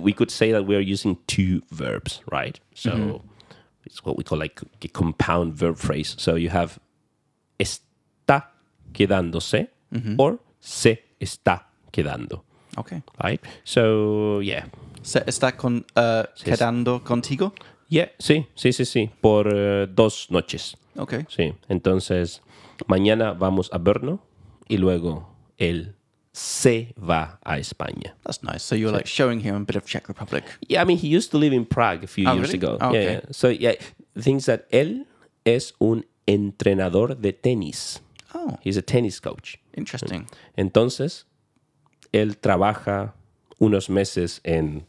[SPEAKER 2] we could say that we are using two verbs, right? So
[SPEAKER 1] Mm-hmm.
[SPEAKER 2] it's what we call like a compound verb phrase. So you have está quedándose
[SPEAKER 1] Mm-hmm.
[SPEAKER 2] or se está quedando,
[SPEAKER 1] Okay.
[SPEAKER 2] right? So yeah,
[SPEAKER 1] Se está con uh,
[SPEAKER 2] es-
[SPEAKER 1] quedando contigo.
[SPEAKER 2] yeah, sí, sí, sí, sí, por eh, dos noches,
[SPEAKER 1] Okay.
[SPEAKER 2] sí. Entonces mañana vamos a Brno y luego él se va a España.
[SPEAKER 1] That's nice. So you're like showing him a bit of Czech Republic.
[SPEAKER 2] Yeah, I mean, he used to live in Prague a few
[SPEAKER 1] Oh,
[SPEAKER 2] years
[SPEAKER 1] really?
[SPEAKER 2] ago.
[SPEAKER 1] Oh,
[SPEAKER 2] yeah,
[SPEAKER 1] okay.
[SPEAKER 2] yeah. So, yeah, the things that él es un entrenador de tenis.
[SPEAKER 1] Oh,
[SPEAKER 2] He's a tennis coach.
[SPEAKER 1] interesting.
[SPEAKER 2] Entonces, él trabaja unos meses en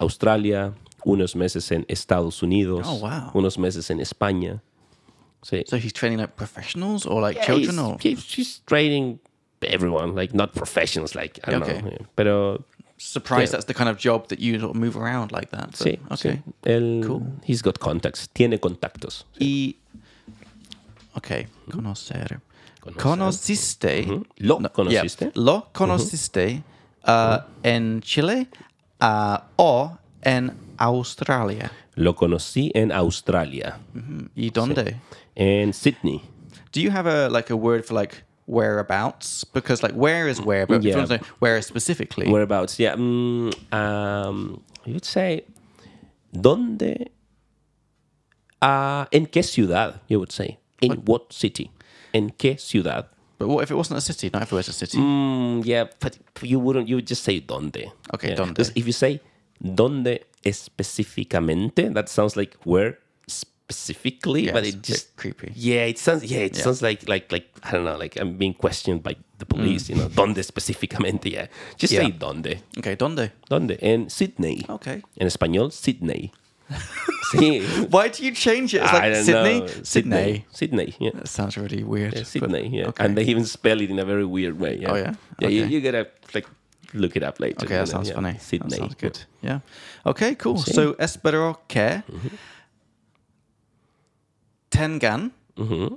[SPEAKER 2] Australia, unos meses en Estados Unidos,
[SPEAKER 1] Oh, wow.
[SPEAKER 2] unos meses en España. Sí.
[SPEAKER 1] So he's training like professionals or like
[SPEAKER 2] Yeah,
[SPEAKER 1] children
[SPEAKER 2] he's-
[SPEAKER 1] or
[SPEAKER 2] he's- he's training everyone, like not professionals, like, I don't
[SPEAKER 1] Okay.
[SPEAKER 2] know. yeah. Pero
[SPEAKER 1] surprised
[SPEAKER 2] yeah.
[SPEAKER 1] that's the kind of job that you sort of move around like that. But,
[SPEAKER 2] Sí,
[SPEAKER 1] okay.
[SPEAKER 2] sí. Él, He's got contacts. Tiene contactos.
[SPEAKER 1] Y okay, conocer.
[SPEAKER 2] Conocer.
[SPEAKER 1] Conociste.
[SPEAKER 2] Lo
[SPEAKER 1] Mhm. No,
[SPEAKER 2] conociste.
[SPEAKER 1] yeah. Lo conociste uh, en Chile uh, o en Australia.
[SPEAKER 2] Lo conocí en Australia,
[SPEAKER 1] ¿Y dónde?
[SPEAKER 2] en Sydney.
[SPEAKER 1] Do you have a like a word for like whereabouts? Because like where is where, but if
[SPEAKER 2] Yeah.
[SPEAKER 1] you want to know where specifically,
[SPEAKER 2] Whereabouts? Yeah. mm, um, you would say, ¿dónde? Ah, ¿En qué ciudad? You would say. In what city? ¿En qué ciudad?
[SPEAKER 1] but what if it wasn't a city? Not everywhere's a city.
[SPEAKER 2] Mm, yeah, but you wouldn't, you would just say ¿dónde?
[SPEAKER 1] Okay,
[SPEAKER 2] Yeah.
[SPEAKER 1] ¿dónde?
[SPEAKER 2] 'Cause If you say ¿dónde específicamente? That sounds like where specifically,
[SPEAKER 1] Yeah,
[SPEAKER 2] but
[SPEAKER 1] it's a
[SPEAKER 2] it
[SPEAKER 1] bit
[SPEAKER 2] just
[SPEAKER 1] creepy.
[SPEAKER 2] Yeah, it sounds. Yeah, it sounds like like like I don't know. Like I'm being questioned by the police. You know, donde específicamente? Mm. Yeah, just
[SPEAKER 1] Yeah.
[SPEAKER 2] say donde,
[SPEAKER 1] Okay, donde?
[SPEAKER 2] donde, and Sydney.
[SPEAKER 1] Okay.
[SPEAKER 2] En español, Sydney.
[SPEAKER 1] *laughs*
[SPEAKER 2] sí.
[SPEAKER 1] Why do you change it? It's
[SPEAKER 2] I
[SPEAKER 1] like
[SPEAKER 2] don't
[SPEAKER 1] Sydney,
[SPEAKER 2] know.
[SPEAKER 1] Sydney.
[SPEAKER 2] Sydney. Yeah.
[SPEAKER 1] That sounds really weird.
[SPEAKER 2] Yeah,
[SPEAKER 1] but-
[SPEAKER 2] Sydney, yeah,
[SPEAKER 1] okay.
[SPEAKER 2] and they even spell it in a very weird way. Yeah.
[SPEAKER 1] Oh, yeah?
[SPEAKER 2] yeah. You,
[SPEAKER 1] Okay.
[SPEAKER 2] you gotta like look it up later.
[SPEAKER 1] Okay,
[SPEAKER 2] you know,
[SPEAKER 1] that sounds
[SPEAKER 2] yeah.
[SPEAKER 1] funny.
[SPEAKER 2] Sydney,
[SPEAKER 1] That sounds good. Yeah. Okay, cool. So espero que
[SPEAKER 2] Mm-hmm.
[SPEAKER 1] tengan
[SPEAKER 2] Mm-hmm.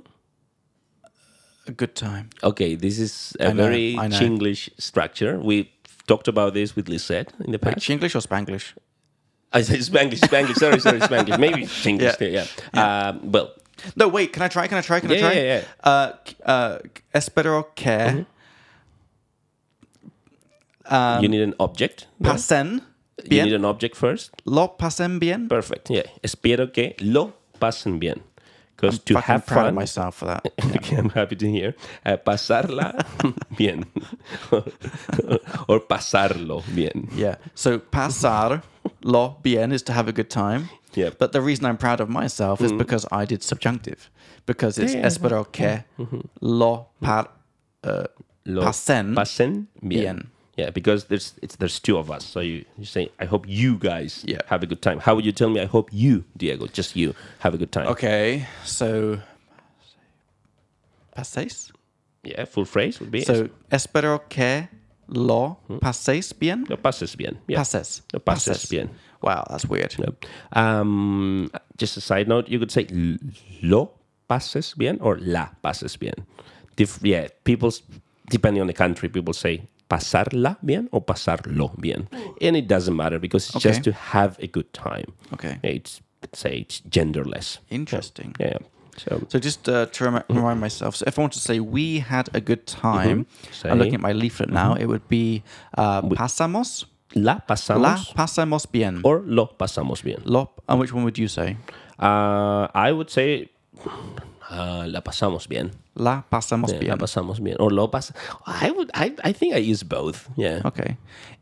[SPEAKER 1] a good time.
[SPEAKER 2] Okay, this is a
[SPEAKER 1] I know,
[SPEAKER 2] very
[SPEAKER 1] I know.
[SPEAKER 2] Chinglish structure. We talked about this with Lisette in the past.
[SPEAKER 1] Wait, English or Spanglish?
[SPEAKER 2] I said Spanglish, Spanglish. Sorry,
[SPEAKER 1] *laughs*
[SPEAKER 2] sorry, Spanglish. Maybe it's Chinglish.
[SPEAKER 1] Yeah.
[SPEAKER 2] Yeah. yeah. Um, well,
[SPEAKER 1] No, wait. Can I try? Can I try? Can I
[SPEAKER 2] Yeah,
[SPEAKER 1] try?
[SPEAKER 2] yeah, Mm-hmm.
[SPEAKER 1] Uh, c- uh, espero que
[SPEAKER 2] you need an object. no?
[SPEAKER 1] pasen
[SPEAKER 2] You need
[SPEAKER 1] Um, bien.
[SPEAKER 2] an object first.
[SPEAKER 1] Lo pasen bien.
[SPEAKER 2] Perfect. Yeah. Espero que lo pasen bien. Because to
[SPEAKER 1] Fucking
[SPEAKER 2] have
[SPEAKER 1] proud
[SPEAKER 2] fun. *laughs*
[SPEAKER 1] of myself for that.
[SPEAKER 2] Okay, I'm happy to hear. Uh, pasarla
[SPEAKER 1] *laughs*
[SPEAKER 2] bien. *laughs* or pasarlo bien.
[SPEAKER 1] Yeah. So
[SPEAKER 2] *laughs*
[SPEAKER 1] pasar lo bien is to have a good time.
[SPEAKER 2] Yeah.
[SPEAKER 1] But the reason I'm proud of myself is because I did subjunctive, because it's
[SPEAKER 2] Mm-hmm. Yeah, yeah,
[SPEAKER 1] espero que lo par uh,
[SPEAKER 2] Lo
[SPEAKER 1] pasen.
[SPEAKER 2] pasen bien.
[SPEAKER 1] bien.
[SPEAKER 2] Yeah, because there's it's there's two of us. So you, you say, I hope you guys
[SPEAKER 1] Yeah.
[SPEAKER 2] have a good time. How would you tell me? I hope you, Diego, just you, have a good time.
[SPEAKER 1] Okay. So paséis.
[SPEAKER 2] Yeah, full phrase would be
[SPEAKER 1] So espero que lo paséis bien.
[SPEAKER 2] Mm. lo pases bien. Yeah.
[SPEAKER 1] Pases.
[SPEAKER 2] Lo pases bien.
[SPEAKER 1] Wow, that's weird.
[SPEAKER 2] Yep. Um, just a side note, you could say l- lo pases bien or la pases bien. Dif- yeah, people, s- depending on the country, people say pasarla bien or pasarlo bien. And it doesn't matter because it's
[SPEAKER 1] Okay.
[SPEAKER 2] just to have a good time.
[SPEAKER 1] Okay.
[SPEAKER 2] Yeah, It's, say it's genderless.
[SPEAKER 1] Interesting.
[SPEAKER 2] Yeah. Mm-hmm. So,
[SPEAKER 1] So just uh, to remi- remind myself, so if I want to say we had a good
[SPEAKER 2] Mm-hmm.
[SPEAKER 1] time, I'm looking at my leaflet now. It would be uh, pasamos,
[SPEAKER 2] la
[SPEAKER 1] la
[SPEAKER 2] pasamos
[SPEAKER 1] pasamos bien.
[SPEAKER 2] or lo pasamos bien.
[SPEAKER 1] Lo, and which one would you say?
[SPEAKER 2] Uh, I would say uh, la pasamos bien.
[SPEAKER 1] La pasamos
[SPEAKER 2] Yeah, La
[SPEAKER 1] bien.
[SPEAKER 2] pasamos bien. Or lo pas. I would. I, I think I use both. Yeah.
[SPEAKER 1] Okay.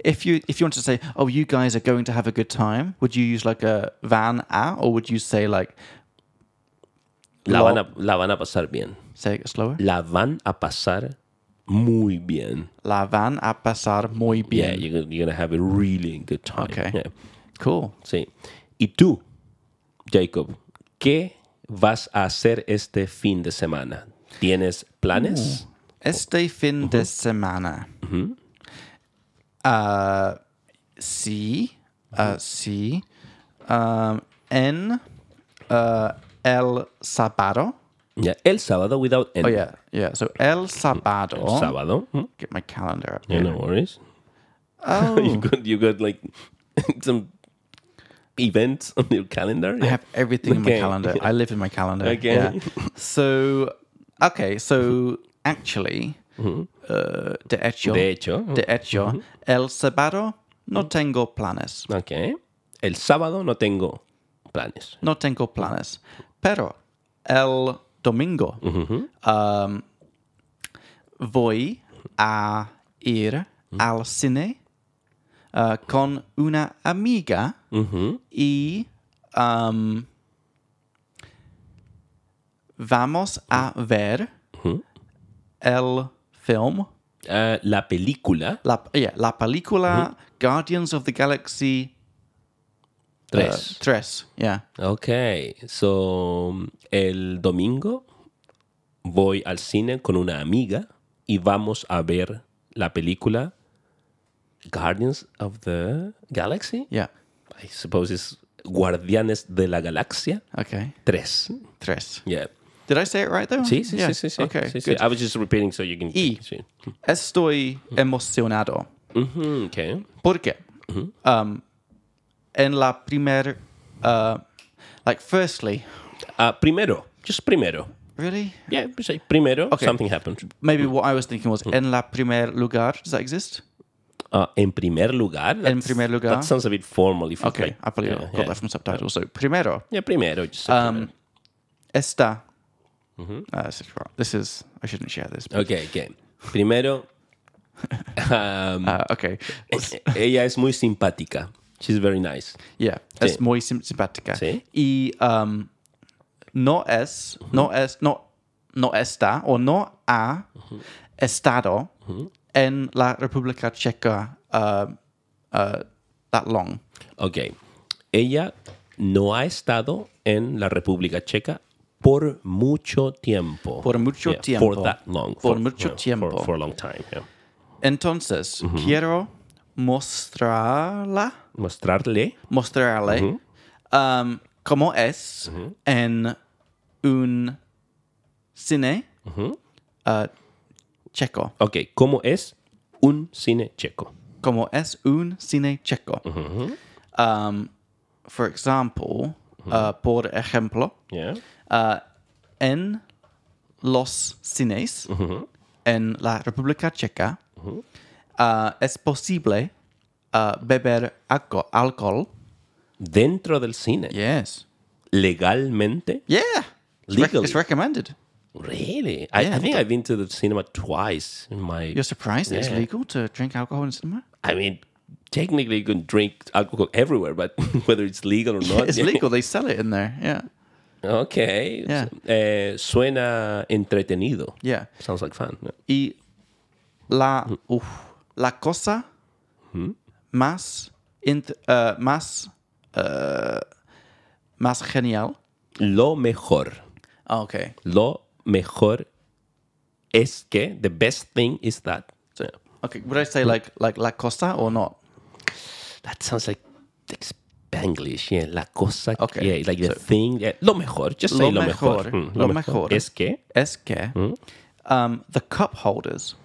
[SPEAKER 1] If you if you want to say, oh, you guys are going to have a good time, would you use like a van a, or would you say like
[SPEAKER 2] La
[SPEAKER 1] Lo-
[SPEAKER 2] van, a, la van a pasar bien.
[SPEAKER 1] say it slower?
[SPEAKER 2] La van a pasar muy bien.
[SPEAKER 1] La van a pasar muy
[SPEAKER 2] Yeah,
[SPEAKER 1] bien.
[SPEAKER 2] you're, gonna- you're going to have a really good time.
[SPEAKER 1] Okay.
[SPEAKER 2] Yeah.
[SPEAKER 1] Cool.
[SPEAKER 2] Sí. Y tú, Jacob, ¿qué vas a hacer este fin de semana? ¿Tienes planes?
[SPEAKER 1] Este fin
[SPEAKER 2] Mm-hmm.
[SPEAKER 1] de semana. Ah, sí.
[SPEAKER 2] Mm-hmm.
[SPEAKER 1] ah, sí. Um, en ah, el sábado.
[SPEAKER 2] Yeah. El sábado, without any.
[SPEAKER 1] Mm. Oh, yeah. Yeah. So el
[SPEAKER 2] Mm-hmm.
[SPEAKER 1] sábado.
[SPEAKER 2] Sábado. Mm.
[SPEAKER 1] Get my calendar up.
[SPEAKER 2] Yeah, no worries. *laughs*
[SPEAKER 1] Oh.
[SPEAKER 2] you got you got like *laughs* some events on your calendar.
[SPEAKER 1] I have everything in my
[SPEAKER 2] Okay.
[SPEAKER 1] calendar. I live in my calendar.
[SPEAKER 2] Okay.
[SPEAKER 1] Yeah. So, okay. So, actually, uh, de hecho,
[SPEAKER 2] De hecho.
[SPEAKER 1] de hecho, el sábado no tengo planes.
[SPEAKER 2] Okay. El sábado no tengo planes.
[SPEAKER 1] No tengo planes. Pero el domingo um, voy a ir al cine uh, con una amiga y um, vamos a ver el film,
[SPEAKER 2] Ah, la película
[SPEAKER 1] la, yeah, la película Guardians of the Galaxy uh,
[SPEAKER 2] 3.
[SPEAKER 1] tres, yeah.
[SPEAKER 2] Okay. Ah, So, el domingo voy al cine con una amiga y vamos a ver la película Guardians of the Galaxy.
[SPEAKER 1] Yeah.
[SPEAKER 2] I suppose it's Guardianes de la Galaxia
[SPEAKER 1] Okay.
[SPEAKER 2] 3.
[SPEAKER 1] Tres.
[SPEAKER 2] Yeah.
[SPEAKER 1] Did I say it right though?
[SPEAKER 2] Sí, sí,
[SPEAKER 1] Yeah.
[SPEAKER 2] sí, sí, sí.
[SPEAKER 1] Okay,
[SPEAKER 2] sí, sí.
[SPEAKER 1] good.
[SPEAKER 2] I was just repeating so you can.
[SPEAKER 1] Y.
[SPEAKER 2] Sí.
[SPEAKER 1] Estoy
[SPEAKER 2] Mm-hmm.
[SPEAKER 1] emocionado
[SPEAKER 2] Mhm, okay.
[SPEAKER 1] porque
[SPEAKER 2] Mm-hmm.
[SPEAKER 1] um, en la primer, uh, like firstly,
[SPEAKER 2] Ah, primero, just primero.
[SPEAKER 1] really,
[SPEAKER 2] Yeah, say primero.
[SPEAKER 1] Okay.
[SPEAKER 2] Something happened.
[SPEAKER 1] maybe what I was thinking was
[SPEAKER 2] Mm.
[SPEAKER 1] en la primer lugar. Does that exist?
[SPEAKER 2] Ah, en primer lugar.
[SPEAKER 1] En
[SPEAKER 2] that's-
[SPEAKER 1] primer lugar. Ah,
[SPEAKER 2] That sounds a bit formal. If you
[SPEAKER 1] Okay,
[SPEAKER 2] like-
[SPEAKER 1] I probably
[SPEAKER 2] yeah,
[SPEAKER 1] got
[SPEAKER 2] yeah.
[SPEAKER 1] that from subtitles. So primero
[SPEAKER 2] Yeah, primero. Just say
[SPEAKER 1] um, esta.
[SPEAKER 2] Mm-hmm.
[SPEAKER 1] Uh, this, is, wrong. this is I shouldn't share this.
[SPEAKER 2] primero. Okay, okay. Primero, um,
[SPEAKER 1] Uh, okay,
[SPEAKER 2] e- ella es muy simpática. She's very nice.
[SPEAKER 1] yeah, es muy sim- simpática.
[SPEAKER 2] Sí.
[SPEAKER 1] Y um, no es, no es, no, no está o no ha estado en la República Checa uh, uh, that long.
[SPEAKER 2] Ok. Ella no ha estado en la República Checa por mucho tiempo.
[SPEAKER 1] Por mucho
[SPEAKER 2] For
[SPEAKER 1] tiempo.
[SPEAKER 2] that long.
[SPEAKER 1] Por mucho
[SPEAKER 2] for-
[SPEAKER 1] tiempo.
[SPEAKER 2] For, a long time. yeah.
[SPEAKER 1] Entonces quiero mostrarla,
[SPEAKER 2] Mostrarle
[SPEAKER 1] mostrarle um, cómo es en un cine uh, checo.
[SPEAKER 2] Ok, ¿cómo es un cine checo?
[SPEAKER 1] como es un cine checo. Um, for example, uh, por ejemplo,
[SPEAKER 2] Yeah.
[SPEAKER 1] uh, en los cines en la República Checa uh, es posible uh, beber alco- alcohol.
[SPEAKER 2] Dentro del cine,
[SPEAKER 1] Yes.
[SPEAKER 2] legalmente.
[SPEAKER 1] Yeah. It's, rec-
[SPEAKER 2] Legally.
[SPEAKER 1] it's recommended.
[SPEAKER 2] Really? I,
[SPEAKER 1] Yeah,
[SPEAKER 2] I think I've been to the cinema twice in my.
[SPEAKER 1] You're surprised that it's
[SPEAKER 2] Yeah.
[SPEAKER 1] legal to drink alcohol in cinema?
[SPEAKER 2] I mean, technically you can drink alcohol everywhere, but *laughs* whether it's legal or
[SPEAKER 1] *laughs*
[SPEAKER 2] not.
[SPEAKER 1] It's legal. They sell it in there. Yeah.
[SPEAKER 2] *laughs* Okay.
[SPEAKER 1] Yeah.
[SPEAKER 2] Eh, suena entretenido.
[SPEAKER 1] Yeah.
[SPEAKER 2] Sounds like fun. yeah.
[SPEAKER 1] Y la, uf, la cosa más, int- eh, más, eh, más genial.
[SPEAKER 2] Lo mejor.
[SPEAKER 1] Ah, ok.
[SPEAKER 2] Lo mejor es que the best thing is that. Yeah.
[SPEAKER 1] Okay, would I say like, like la cosa or not?
[SPEAKER 2] That sounds like Spanglish. Yeah, la cosa.
[SPEAKER 1] Okay.
[SPEAKER 2] Yeah, like the thing. yeah. Lo mejor. Just
[SPEAKER 1] Lo
[SPEAKER 2] say lo mejor.
[SPEAKER 1] mejor,
[SPEAKER 2] Mm,
[SPEAKER 1] lo mejor.
[SPEAKER 2] Es que. *laughs*
[SPEAKER 1] Es que
[SPEAKER 2] Mm.
[SPEAKER 1] um, the cup holders,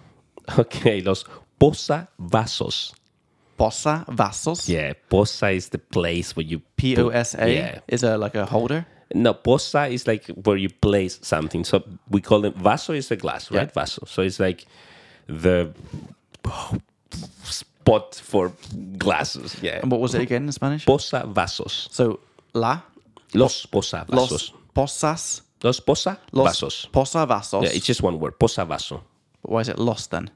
[SPEAKER 2] Okay, los posavasos.
[SPEAKER 1] posa vasos,
[SPEAKER 2] Yeah, posa is the place where you put-
[SPEAKER 1] P-O-S-A,
[SPEAKER 2] Yeah.
[SPEAKER 1] is a like a holder.
[SPEAKER 2] No, posa is like where you place something. So we call it vaso is a glass, right? Vaso. So it's like the spot for glasses. Yeah.
[SPEAKER 1] And what was it again in Spanish?
[SPEAKER 2] Posa vasos.
[SPEAKER 1] So la,
[SPEAKER 2] Los posa
[SPEAKER 1] los
[SPEAKER 2] vasos.
[SPEAKER 1] posas,
[SPEAKER 2] Los posa
[SPEAKER 1] los
[SPEAKER 2] vasos.
[SPEAKER 1] posa vasos.
[SPEAKER 2] Yeah, it's just one word. Posa vaso.
[SPEAKER 1] Why is it lost then?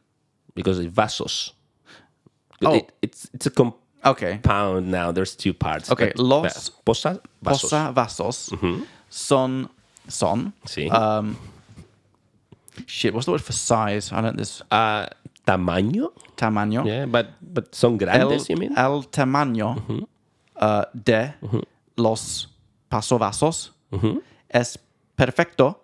[SPEAKER 2] Because it's vasos.
[SPEAKER 1] Oh.
[SPEAKER 2] It, it's it's a compound
[SPEAKER 1] Okay.
[SPEAKER 2] now. There's two parts.
[SPEAKER 1] Okay,
[SPEAKER 2] but-
[SPEAKER 1] los
[SPEAKER 2] posa vasos. Mhm.
[SPEAKER 1] Posa vasos son son
[SPEAKER 2] Sí.
[SPEAKER 1] um, shit. What's the word for size? I learned this.
[SPEAKER 2] Uh, tamaño?
[SPEAKER 1] Tamaño.
[SPEAKER 2] Yeah, but, but son
[SPEAKER 1] el,
[SPEAKER 2] grandes, you mean? Mhm.
[SPEAKER 1] el tamaño uh, de los pasovasos
[SPEAKER 2] Mhm.
[SPEAKER 1] es perfecto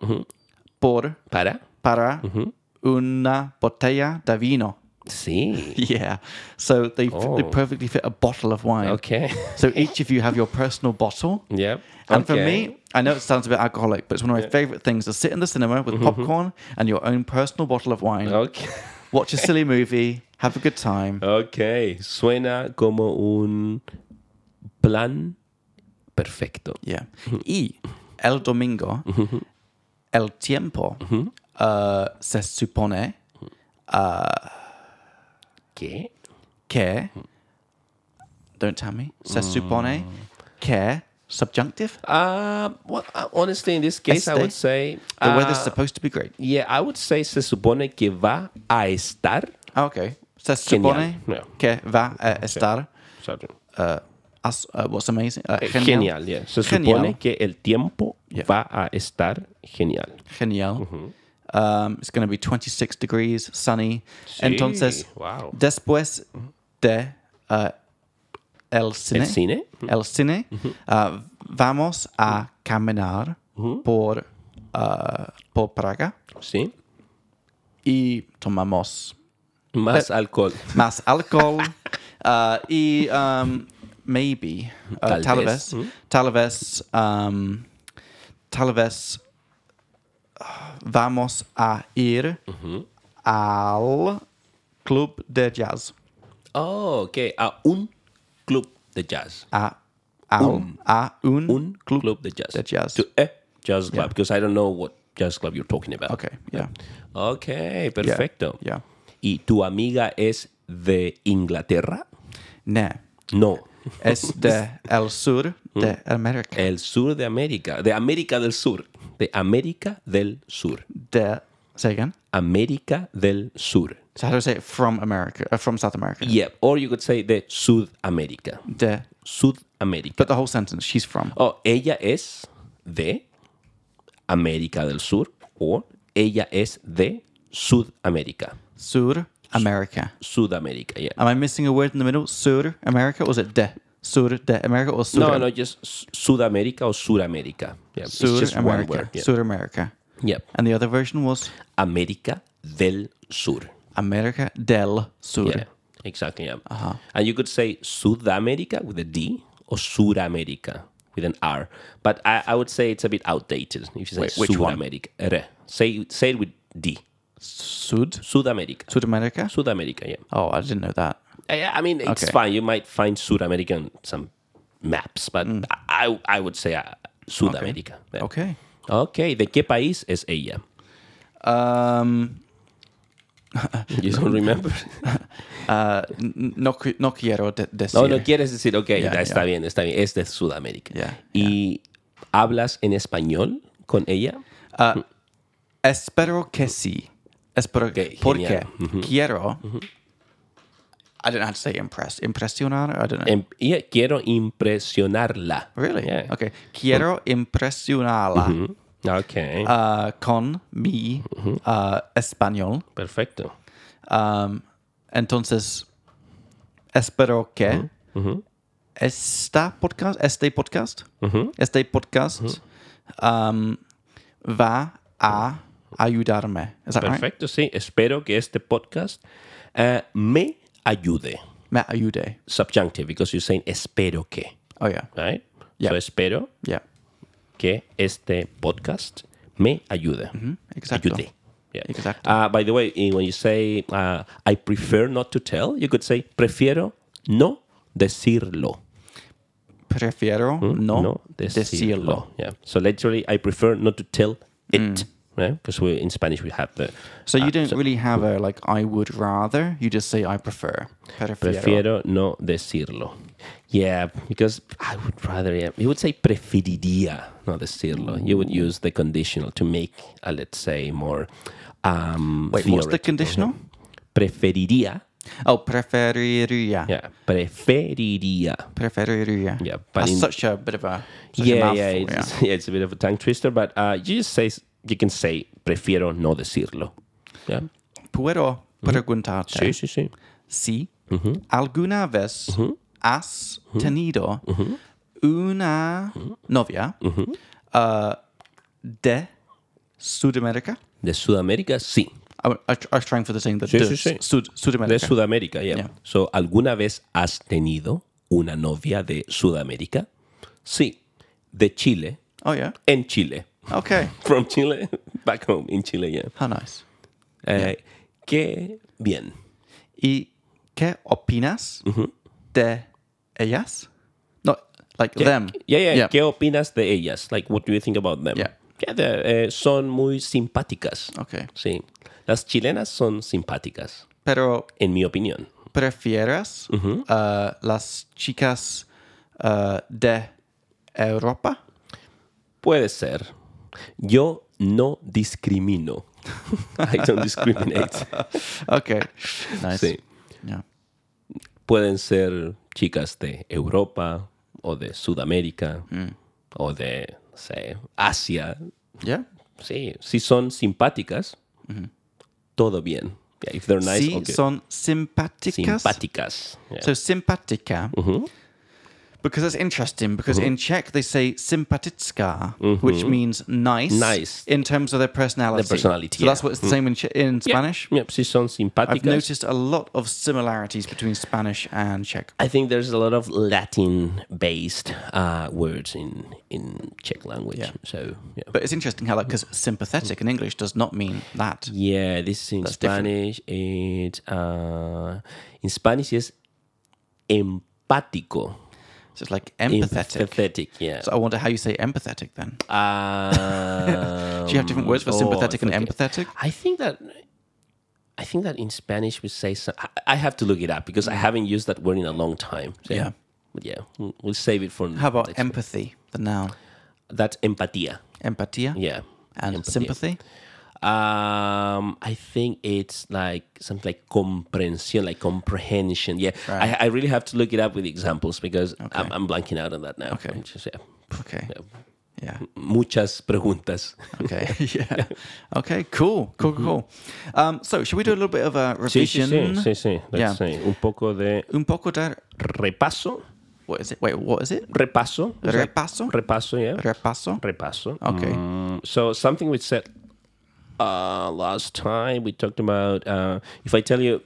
[SPEAKER 1] por
[SPEAKER 2] Para.
[SPEAKER 1] para
[SPEAKER 2] Mhm.
[SPEAKER 1] una botella de vino. *laughs*
[SPEAKER 2] Sí.
[SPEAKER 1] Yeah. So they, f- they
[SPEAKER 2] Oh.
[SPEAKER 1] perfectly fit a bottle of wine.
[SPEAKER 2] Okay.
[SPEAKER 1] So each of you have your personal bottle.
[SPEAKER 2] *laughs* yep.
[SPEAKER 1] And for
[SPEAKER 2] okay.
[SPEAKER 1] me, I know it sounds a bit alcoholic, but it's one of my favorite things to sit in the cinema
[SPEAKER 2] Mm-hmm.
[SPEAKER 1] with popcorn and your own personal bottle of wine,
[SPEAKER 2] Okay.
[SPEAKER 1] watch a silly movie, have a good
[SPEAKER 2] Oh.
[SPEAKER 1] time.
[SPEAKER 2] Okay. Suena como un plan perfecto.
[SPEAKER 1] Yeah.
[SPEAKER 2] Mm-hmm.
[SPEAKER 1] Y el domingo, el tiempo
[SPEAKER 2] Mm-hmm.
[SPEAKER 1] uh, se supone
[SPEAKER 2] ¿Qué?
[SPEAKER 1] que, don't tell me, se
[SPEAKER 2] Mm.
[SPEAKER 1] supone que, subjunctive,
[SPEAKER 2] Uh, well, uh, honestly, in this case, I would
[SPEAKER 1] Este.
[SPEAKER 2] say
[SPEAKER 1] the weather's
[SPEAKER 2] uh,
[SPEAKER 1] supposed to be great.
[SPEAKER 2] Yeah, I would say se supone que va a estar.
[SPEAKER 1] Ah, okay. Se
[SPEAKER 2] Genial.
[SPEAKER 1] supone
[SPEAKER 2] Yeah.
[SPEAKER 1] que va a estar.
[SPEAKER 2] Sorry.
[SPEAKER 1] as- uh, what's amazing? Uh,
[SPEAKER 2] Eh,
[SPEAKER 1] genial.
[SPEAKER 2] Genial, yeah. Se
[SPEAKER 1] Genial.
[SPEAKER 2] supone que el tiempo
[SPEAKER 1] Yeah.
[SPEAKER 2] va a estar genial.
[SPEAKER 1] Genial.
[SPEAKER 2] Mm-hmm.
[SPEAKER 1] Um, it's going to be 26 degrees, sunny. Entonces,
[SPEAKER 2] wow.
[SPEAKER 1] después de uh, el cine,
[SPEAKER 2] Mm-hmm. El cine. Mm-hmm.
[SPEAKER 1] el cine, uh, vamos a caminar
[SPEAKER 2] Mm-hmm.
[SPEAKER 1] por, uh, por Praga
[SPEAKER 2] Sí.
[SPEAKER 1] y tomamos
[SPEAKER 2] Más alcohol.
[SPEAKER 1] más *laughs* alcohol uh, y um, maybe uh,
[SPEAKER 2] Tal
[SPEAKER 1] tal
[SPEAKER 2] vez.
[SPEAKER 1] vez tal vez um, tal vez uh, vamos a ir al club de jazz
[SPEAKER 2] Oh, ok. A un club de jazz.
[SPEAKER 1] a al, a un,
[SPEAKER 2] Un club, de jazz.
[SPEAKER 1] de jazz.
[SPEAKER 2] To a jazz club, because I don't know what jazz club you're talking about.
[SPEAKER 1] okay yeah
[SPEAKER 2] Ok,
[SPEAKER 1] yeah,
[SPEAKER 2] perfecto.
[SPEAKER 1] yeah
[SPEAKER 2] ¿Y tu amiga es de Inglaterra?
[SPEAKER 1] no
[SPEAKER 2] No.
[SPEAKER 1] *laughs* es de el sur de América
[SPEAKER 2] El sur de América. De América del Sur. De América del Sur.
[SPEAKER 1] de say again
[SPEAKER 2] América del Sur.
[SPEAKER 1] so how do I say it? from America uh, from South America
[SPEAKER 2] Yeah, or you could say de Sudamérica.
[SPEAKER 1] de
[SPEAKER 2] Sudamérica.
[SPEAKER 1] but the whole sentence she's from
[SPEAKER 2] Oh, ella es de América del Sur o ella es de Sudamérica.
[SPEAKER 1] Sur America.
[SPEAKER 2] Sudamérica, yeah.
[SPEAKER 1] Am I missing a word in the middle? Sur America? Or is it de? Sur de America or Sur?
[SPEAKER 2] No, no, just S- Sudamérica o Suramérica. Yeah, it's
[SPEAKER 1] Sur
[SPEAKER 2] just one
[SPEAKER 1] America.
[SPEAKER 2] word. Yeah.
[SPEAKER 1] Sur America.
[SPEAKER 2] Yeah.
[SPEAKER 1] And the other version was
[SPEAKER 2] América del Sur.
[SPEAKER 1] America del Sur.
[SPEAKER 2] Yeah, exactly. Yeah. And you could say Sudamérica with a D or Suramérica with an R. But I, I would say it's a bit outdated if you say
[SPEAKER 1] Wait, which one?
[SPEAKER 2] Sudamérica. R. Say, say it with D.
[SPEAKER 1] Sud?
[SPEAKER 2] Sudamérica.
[SPEAKER 1] Sud America?
[SPEAKER 2] Sudamérica, yeah.
[SPEAKER 1] Oh, I didn't know that.
[SPEAKER 2] I, I mean, it's
[SPEAKER 1] Okay.
[SPEAKER 2] fine. You might find Sudamérica on some maps, but I, I would say uh, Sudamérica. Yeah.
[SPEAKER 1] Mm. Okay.
[SPEAKER 2] Okay, ¿de qué país es
[SPEAKER 1] *laughs*
[SPEAKER 2] ella?
[SPEAKER 1] Um,
[SPEAKER 2] You *laughs* don't remember.
[SPEAKER 1] uh, n- n- no, qui- no quiero de- decir.
[SPEAKER 2] No, no quieres decir, ok,
[SPEAKER 1] Ya,
[SPEAKER 2] está
[SPEAKER 1] ya.
[SPEAKER 2] bien, está bien, es de Sudamérica.
[SPEAKER 1] Ya,
[SPEAKER 2] ¿Y hablas en español con ella?
[SPEAKER 1] Ah. Espero que sí. Espero que.
[SPEAKER 2] Okay,
[SPEAKER 1] Porque
[SPEAKER 2] genial.
[SPEAKER 1] quiero. I don't know how to say impress. Impresionar? I don't know.
[SPEAKER 2] Em- y- quiero impresionarla.
[SPEAKER 1] Really?
[SPEAKER 2] Yeah. Mm-hmm.
[SPEAKER 1] Okay. Quiero impresionarla
[SPEAKER 2] Ok,
[SPEAKER 1] uh, con mi uh, español.
[SPEAKER 2] perfecto.
[SPEAKER 1] Um, entonces, espero que esta podcast, este podcast, este podcast um, va a ayudarme. Is that right?
[SPEAKER 2] Perfecto, sí. Espero que este podcast eh, me ayude.
[SPEAKER 1] Me ayude.
[SPEAKER 2] Subjunctive, because you're saying espero que,
[SPEAKER 1] Oh, yeah.
[SPEAKER 2] right?
[SPEAKER 1] Yeah.
[SPEAKER 2] So espero
[SPEAKER 1] Yeah.
[SPEAKER 2] que este podcast me ayude.
[SPEAKER 1] Mm-hmm. Exacto.
[SPEAKER 2] Ayude. Yeah.
[SPEAKER 1] Exacto.
[SPEAKER 2] Uh, by the way, eh, when you say uh, I prefer not to tell, you could say prefiero no decirlo.
[SPEAKER 1] Prefiero
[SPEAKER 2] Mm,
[SPEAKER 1] no, decirlo.
[SPEAKER 2] Yeah. So literally, I prefer not to tell
[SPEAKER 1] Mm.
[SPEAKER 2] it. Because we in Spanish we have the
[SPEAKER 1] So you don't really have a like I would rather. You just say I prefer.
[SPEAKER 2] prefiero no decirlo. Yeah, because I would rather yeah, you would say preferiría no decirlo. You would use the conditional to make uh, let's say more um
[SPEAKER 1] Wait, what's the
[SPEAKER 2] theoret-
[SPEAKER 1] conditional?
[SPEAKER 2] preferiría
[SPEAKER 1] Oh, preferiría.
[SPEAKER 2] Yeah, preferiría.
[SPEAKER 1] Preferiría.
[SPEAKER 2] Yeah, but
[SPEAKER 1] That's
[SPEAKER 2] in-
[SPEAKER 1] such a bit of a such a
[SPEAKER 2] yeah, yeah
[SPEAKER 1] mouthful,
[SPEAKER 2] *laughs* it's, yeah, it's a bit of a tongue twister, but uh, you just say s- you can say, prefiero no decirlo. Yeah.
[SPEAKER 1] Puedo preguntarte
[SPEAKER 2] Mm-hmm. Sí, Mm-hmm. sí, sí.
[SPEAKER 1] si alguna vez
[SPEAKER 2] Mm-hmm.
[SPEAKER 1] has tenido una
[SPEAKER 2] Mm-hmm.
[SPEAKER 1] novia uh, de Sudamérica.
[SPEAKER 2] De Sudamérica, sí.
[SPEAKER 1] I, wa- I, tr- I was trying for the thing that
[SPEAKER 2] Sí,
[SPEAKER 1] de
[SPEAKER 2] sí, sí.
[SPEAKER 1] Sud,
[SPEAKER 2] De
[SPEAKER 1] Sudamérica.
[SPEAKER 2] Sudamérica, yeah.
[SPEAKER 1] Yeah.
[SPEAKER 2] So, ¿alguna vez has tenido una novia de Sudamérica? Sí. De Chile.
[SPEAKER 1] oh yeah.
[SPEAKER 2] En Chile. *laughs*
[SPEAKER 1] Okay.
[SPEAKER 2] From Chile, back home in Chile, yeah.
[SPEAKER 1] How nice.
[SPEAKER 2] Eh, Qué bien.
[SPEAKER 1] ¿Y qué opinas
[SPEAKER 2] Mm-hmm.
[SPEAKER 1] de ellas? No, like them.
[SPEAKER 2] Yeah, yeah,
[SPEAKER 1] Yeah.
[SPEAKER 2] ¿Qué opinas de ellas? Like, what do you think about them?
[SPEAKER 1] Yeah.
[SPEAKER 2] Yeah, they're, eh, son muy simpáticas.
[SPEAKER 1] Okay.
[SPEAKER 2] Sí. Las chilenas son simpáticas,
[SPEAKER 1] Pero
[SPEAKER 2] en mi opinión.
[SPEAKER 1] prefieres
[SPEAKER 2] Mhm.
[SPEAKER 1] uh, las chicas uh, de Europa?
[SPEAKER 2] Puede ser. Yo no discrimino. *laughs* I don't discriminate.
[SPEAKER 1] Okay. Nice.
[SPEAKER 2] Sí.
[SPEAKER 1] Yeah.
[SPEAKER 2] Pueden ser chicas de Europa o de Sudamérica
[SPEAKER 1] Mm.
[SPEAKER 2] o de, no sé, Asia.
[SPEAKER 1] Yeah.
[SPEAKER 2] Sí, si son simpáticas, todo bien. Yeah, if they're nice,
[SPEAKER 1] sí,
[SPEAKER 2] okay.
[SPEAKER 1] son simpáticas.
[SPEAKER 2] simpáticas. Mhm. Yeah.
[SPEAKER 1] So simpatica. Because that's interesting. Because
[SPEAKER 2] Mhm.
[SPEAKER 1] in Czech they say simpatitska, which means nice.
[SPEAKER 2] Nice.
[SPEAKER 1] in terms of their personality.
[SPEAKER 2] Their personality,
[SPEAKER 1] So that's
[SPEAKER 2] yeah.
[SPEAKER 1] what it's the same in Che- in
[SPEAKER 2] Yeah,
[SPEAKER 1] Spanish.
[SPEAKER 2] yeah, si son
[SPEAKER 1] I've
[SPEAKER 2] simpáticas.
[SPEAKER 1] noticed a lot of similarities between Spanish and Czech.
[SPEAKER 2] I think there's a lot of Latin-based uh, words in in Czech language.
[SPEAKER 1] Yeah.
[SPEAKER 2] So, yeah.
[SPEAKER 1] But it's interesting how, like, because sympathetic in English does not mean that.
[SPEAKER 2] Yeah, this is in
[SPEAKER 1] different.
[SPEAKER 2] Spanish. It uh, in Spanish is empático.
[SPEAKER 1] So it's like empathetic.
[SPEAKER 2] Empathetic, yeah.
[SPEAKER 1] So I wonder how you say empathetic then.
[SPEAKER 2] Um,
[SPEAKER 1] Do you have different words for
[SPEAKER 2] oh,
[SPEAKER 1] sympathetic
[SPEAKER 2] I
[SPEAKER 1] and
[SPEAKER 2] forget.
[SPEAKER 1] empathetic?
[SPEAKER 2] *laughs* I think that I think that in Spanish we say some, I, I have to look it up because I haven't used that word in a long time. So,
[SPEAKER 1] Yeah.
[SPEAKER 2] But yeah, we'll we'll save it for
[SPEAKER 1] How about
[SPEAKER 2] next-
[SPEAKER 1] empathy, the noun?
[SPEAKER 2] that's empatía.
[SPEAKER 1] Empatia
[SPEAKER 2] Yeah.
[SPEAKER 1] and
[SPEAKER 2] Empatía.
[SPEAKER 1] sympathy?
[SPEAKER 2] Um, I think it's like something like comprensión, like comprehension. Yeah, I, I really have to look it up with examples because I'm, I'm blanking out on that now.
[SPEAKER 1] Okay.
[SPEAKER 2] I'm just, yeah.
[SPEAKER 1] Okay.
[SPEAKER 2] Yeah.
[SPEAKER 1] Yeah.
[SPEAKER 2] Muchas preguntas.
[SPEAKER 1] Okay. *laughs* yeah. Okay. Cool. Cool.
[SPEAKER 2] Mm-hmm.
[SPEAKER 1] Cool. cool. Um, so, should we do a little bit of a revision? Yeah.
[SPEAKER 2] Un poco de
[SPEAKER 1] Un poco de.
[SPEAKER 2] repaso.
[SPEAKER 1] What is it? Wait, what is it?
[SPEAKER 2] Repaso. Is that-
[SPEAKER 1] Repaso?
[SPEAKER 2] Repaso, yeah.
[SPEAKER 1] Repaso?
[SPEAKER 2] Repaso.
[SPEAKER 1] Okay.
[SPEAKER 2] Mm, so something we said uh, last time, we talked about uh, if I tell you,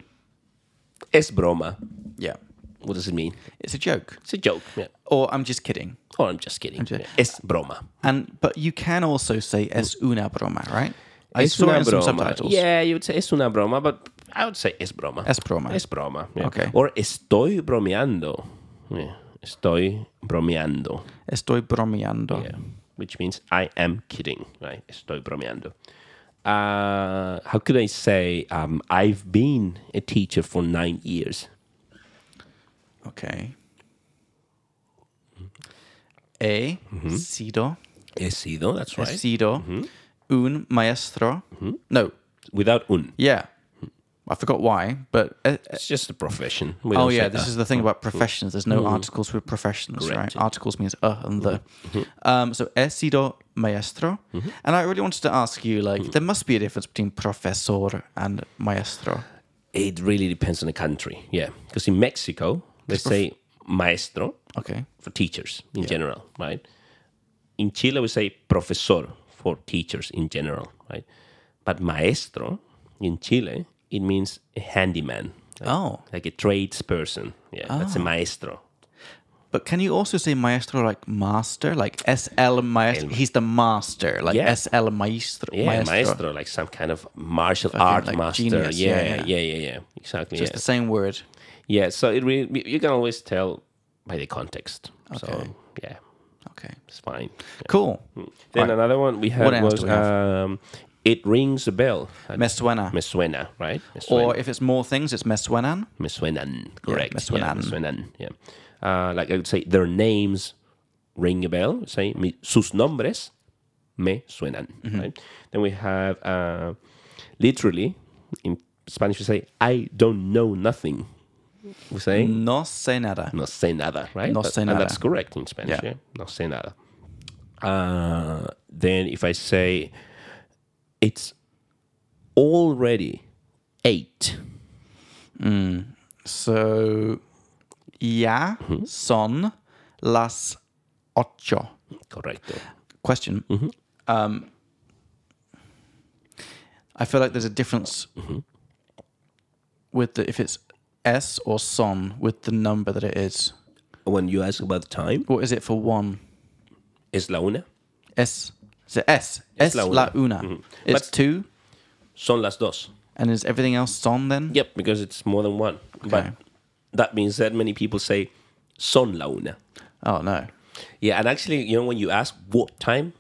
[SPEAKER 2] es broma,
[SPEAKER 1] Yeah.
[SPEAKER 2] what does it mean?
[SPEAKER 1] It's a joke.
[SPEAKER 2] It's a joke. Yeah.
[SPEAKER 1] Or I'm just kidding.
[SPEAKER 2] Or I'm just kidding.
[SPEAKER 1] just-
[SPEAKER 2] Es broma.
[SPEAKER 1] And but you can also say es una broma, right? I
[SPEAKER 2] es
[SPEAKER 1] saw it
[SPEAKER 2] una
[SPEAKER 1] in some
[SPEAKER 2] broma.
[SPEAKER 1] subtitles.
[SPEAKER 2] Yeah, you would say es una broma, but I would say es broma.
[SPEAKER 1] Es broma.
[SPEAKER 2] Es broma. yeah.
[SPEAKER 1] Okay.
[SPEAKER 2] Or estoy bromeando. Yeah. Estoy bromeando.
[SPEAKER 1] Estoy bromeando.
[SPEAKER 2] Yeah. Which means I am kidding, right? Estoy bromeando. Uh, how could I say um, I've been a teacher for nine years?
[SPEAKER 1] Okay. He
[SPEAKER 2] Mhm.
[SPEAKER 1] sido,
[SPEAKER 2] He sido, that's
[SPEAKER 1] he
[SPEAKER 2] right.
[SPEAKER 1] sido
[SPEAKER 2] Mhm.
[SPEAKER 1] un maestro. No,
[SPEAKER 2] Without un.
[SPEAKER 1] yeah. I forgot why, but eh, eh,
[SPEAKER 2] It's just a profession. We
[SPEAKER 1] oh
[SPEAKER 2] don't say uh,
[SPEAKER 1] yeah, this
[SPEAKER 2] that. Mm-hmm.
[SPEAKER 1] is the thing about professions. There's no articles with professions,
[SPEAKER 2] Correct. Mm-hmm.
[SPEAKER 1] right? Articles means uh and the. Um, so he sido maestro, and I really wanted to ask you,
[SPEAKER 2] Mm.
[SPEAKER 1] like, there must be a difference between professor and maestro.
[SPEAKER 2] It really depends on the country. Yeah. Because in Mexico, they say maestro.
[SPEAKER 1] Okay.
[SPEAKER 2] for teachers in general, right? In Chile, we say profesor for teachers in general, right? But maestro in Chile, it means a handyman, like,
[SPEAKER 1] Oh,
[SPEAKER 2] like a tradesperson. Yeah,
[SPEAKER 1] Ah.
[SPEAKER 2] that's a maestro.
[SPEAKER 1] but can you also say maestro like master, like SL maestro? He's the master, like
[SPEAKER 2] Yeah.
[SPEAKER 1] SL maestro.
[SPEAKER 2] Yeah, maestro. like some kind of martial art
[SPEAKER 1] like,
[SPEAKER 2] master.
[SPEAKER 1] genius,
[SPEAKER 2] Yeah,
[SPEAKER 1] yeah,
[SPEAKER 2] yeah,
[SPEAKER 1] yeah.
[SPEAKER 2] yeah, yeah, Exactly.
[SPEAKER 1] It's
[SPEAKER 2] Yeah.
[SPEAKER 1] the same word.
[SPEAKER 2] yeah, so it really you can always tell by the context. So yeah, Hmm.
[SPEAKER 1] Okay,
[SPEAKER 2] it's fine.
[SPEAKER 1] cool.
[SPEAKER 2] Then
[SPEAKER 1] Right.
[SPEAKER 2] another one we had
[SPEAKER 1] What else
[SPEAKER 2] was
[SPEAKER 1] do we have?
[SPEAKER 2] um, it rings a bell. I
[SPEAKER 1] Me suena.
[SPEAKER 2] Me suena, right? Me suena.
[SPEAKER 1] Or if it's more things, it's me suenan.
[SPEAKER 2] me suenan, correct.
[SPEAKER 1] me
[SPEAKER 2] Yeah,
[SPEAKER 1] suenan.
[SPEAKER 2] me suenan, yeah. Uh, like I would say, their names ring a bell. Say, mi, sus nombres me suenan,
[SPEAKER 1] Mm-hmm.
[SPEAKER 2] right? Then we have, uh, literally, in Spanish we say, I don't know nothing. We say,
[SPEAKER 1] No sé nada.
[SPEAKER 2] no sé nada, right?
[SPEAKER 1] Mm. No
[SPEAKER 2] That-
[SPEAKER 1] sé
[SPEAKER 2] and
[SPEAKER 1] nada.
[SPEAKER 2] that's correct in Spanish,
[SPEAKER 1] Yeah.
[SPEAKER 2] yeah. No sé nada. Uh, then if I say, It's already eight.
[SPEAKER 1] So, ya
[SPEAKER 2] Hmm.
[SPEAKER 1] son las ocho.
[SPEAKER 2] Correcto.
[SPEAKER 1] Question.
[SPEAKER 2] Mm-hmm.
[SPEAKER 1] Um, I feel like there's a difference
[SPEAKER 2] Mm-hmm.
[SPEAKER 1] with the if it's s or son with the number that it is.
[SPEAKER 2] When you ask about time,
[SPEAKER 1] What is it for one?
[SPEAKER 2] es la una.
[SPEAKER 1] S. Is it S? S
[SPEAKER 2] la
[SPEAKER 1] la
[SPEAKER 2] una. Mm-hmm.
[SPEAKER 1] una.
[SPEAKER 2] But-
[SPEAKER 1] It's two,
[SPEAKER 2] Son las dos.
[SPEAKER 1] and is everything else son then?
[SPEAKER 2] Yep, because it's more than one. But
[SPEAKER 1] Okay.
[SPEAKER 2] that means that many people say son la una.
[SPEAKER 1] Oh no.
[SPEAKER 2] Yeah, and actually, you know, when you ask what time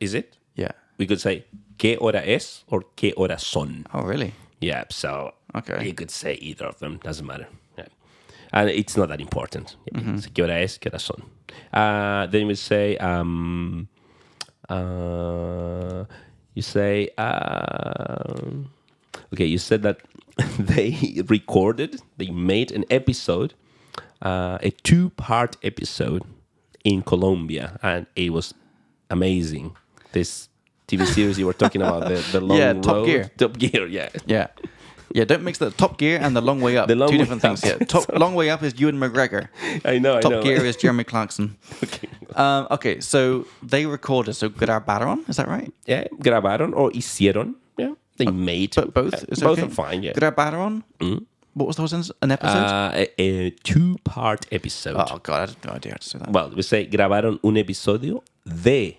[SPEAKER 2] is it,
[SPEAKER 1] Yeah.
[SPEAKER 2] we could say qué hora es or qué hora son.
[SPEAKER 1] Oh really?
[SPEAKER 2] Yeah, so
[SPEAKER 1] Okay.
[SPEAKER 2] you could say either of them, doesn't matter. Yeah. And it's not that important.
[SPEAKER 1] Mm-hmm.
[SPEAKER 2] It's qué hora es, qué hora son. Uh, then we say, um, uh, you say, um okay, you said that *laughs* they recorded, they made an episode, uh, a two part episode in Colombia, and it was amazing. This TV series you were talking about, the, the long
[SPEAKER 1] *laughs* Yeah,
[SPEAKER 2] road.
[SPEAKER 1] Top Gear.
[SPEAKER 2] Top Gear, yeah.
[SPEAKER 1] Yeah. Yeah, don't mix the Top Gear and the Long Way Up.
[SPEAKER 2] The Long
[SPEAKER 1] Two
[SPEAKER 2] Way
[SPEAKER 1] different things.
[SPEAKER 2] Up.
[SPEAKER 1] Yeah, top, Long Way Up is Ewan
[SPEAKER 2] *laughs*
[SPEAKER 1] McGregor.
[SPEAKER 2] I know. I
[SPEAKER 1] Top
[SPEAKER 2] know.
[SPEAKER 1] Gear is
[SPEAKER 2] *laughs*
[SPEAKER 1] Jeremy Clarkson.
[SPEAKER 2] Okay.
[SPEAKER 1] Um, okay, so they recorded. So grabaron, is that right?
[SPEAKER 2] Yeah, grabaron or hicieron. Yeah, they made.
[SPEAKER 1] But both
[SPEAKER 2] uh,
[SPEAKER 1] is
[SPEAKER 2] both
[SPEAKER 1] okay?
[SPEAKER 2] are fine. Yeah. Mm-hmm.
[SPEAKER 1] Grabaron. What was the whole sentence? An episode?
[SPEAKER 2] Uh, a, a two-part episode.
[SPEAKER 1] oh God, I had no idea how to say that.
[SPEAKER 2] Well, we say grabaron un episodio de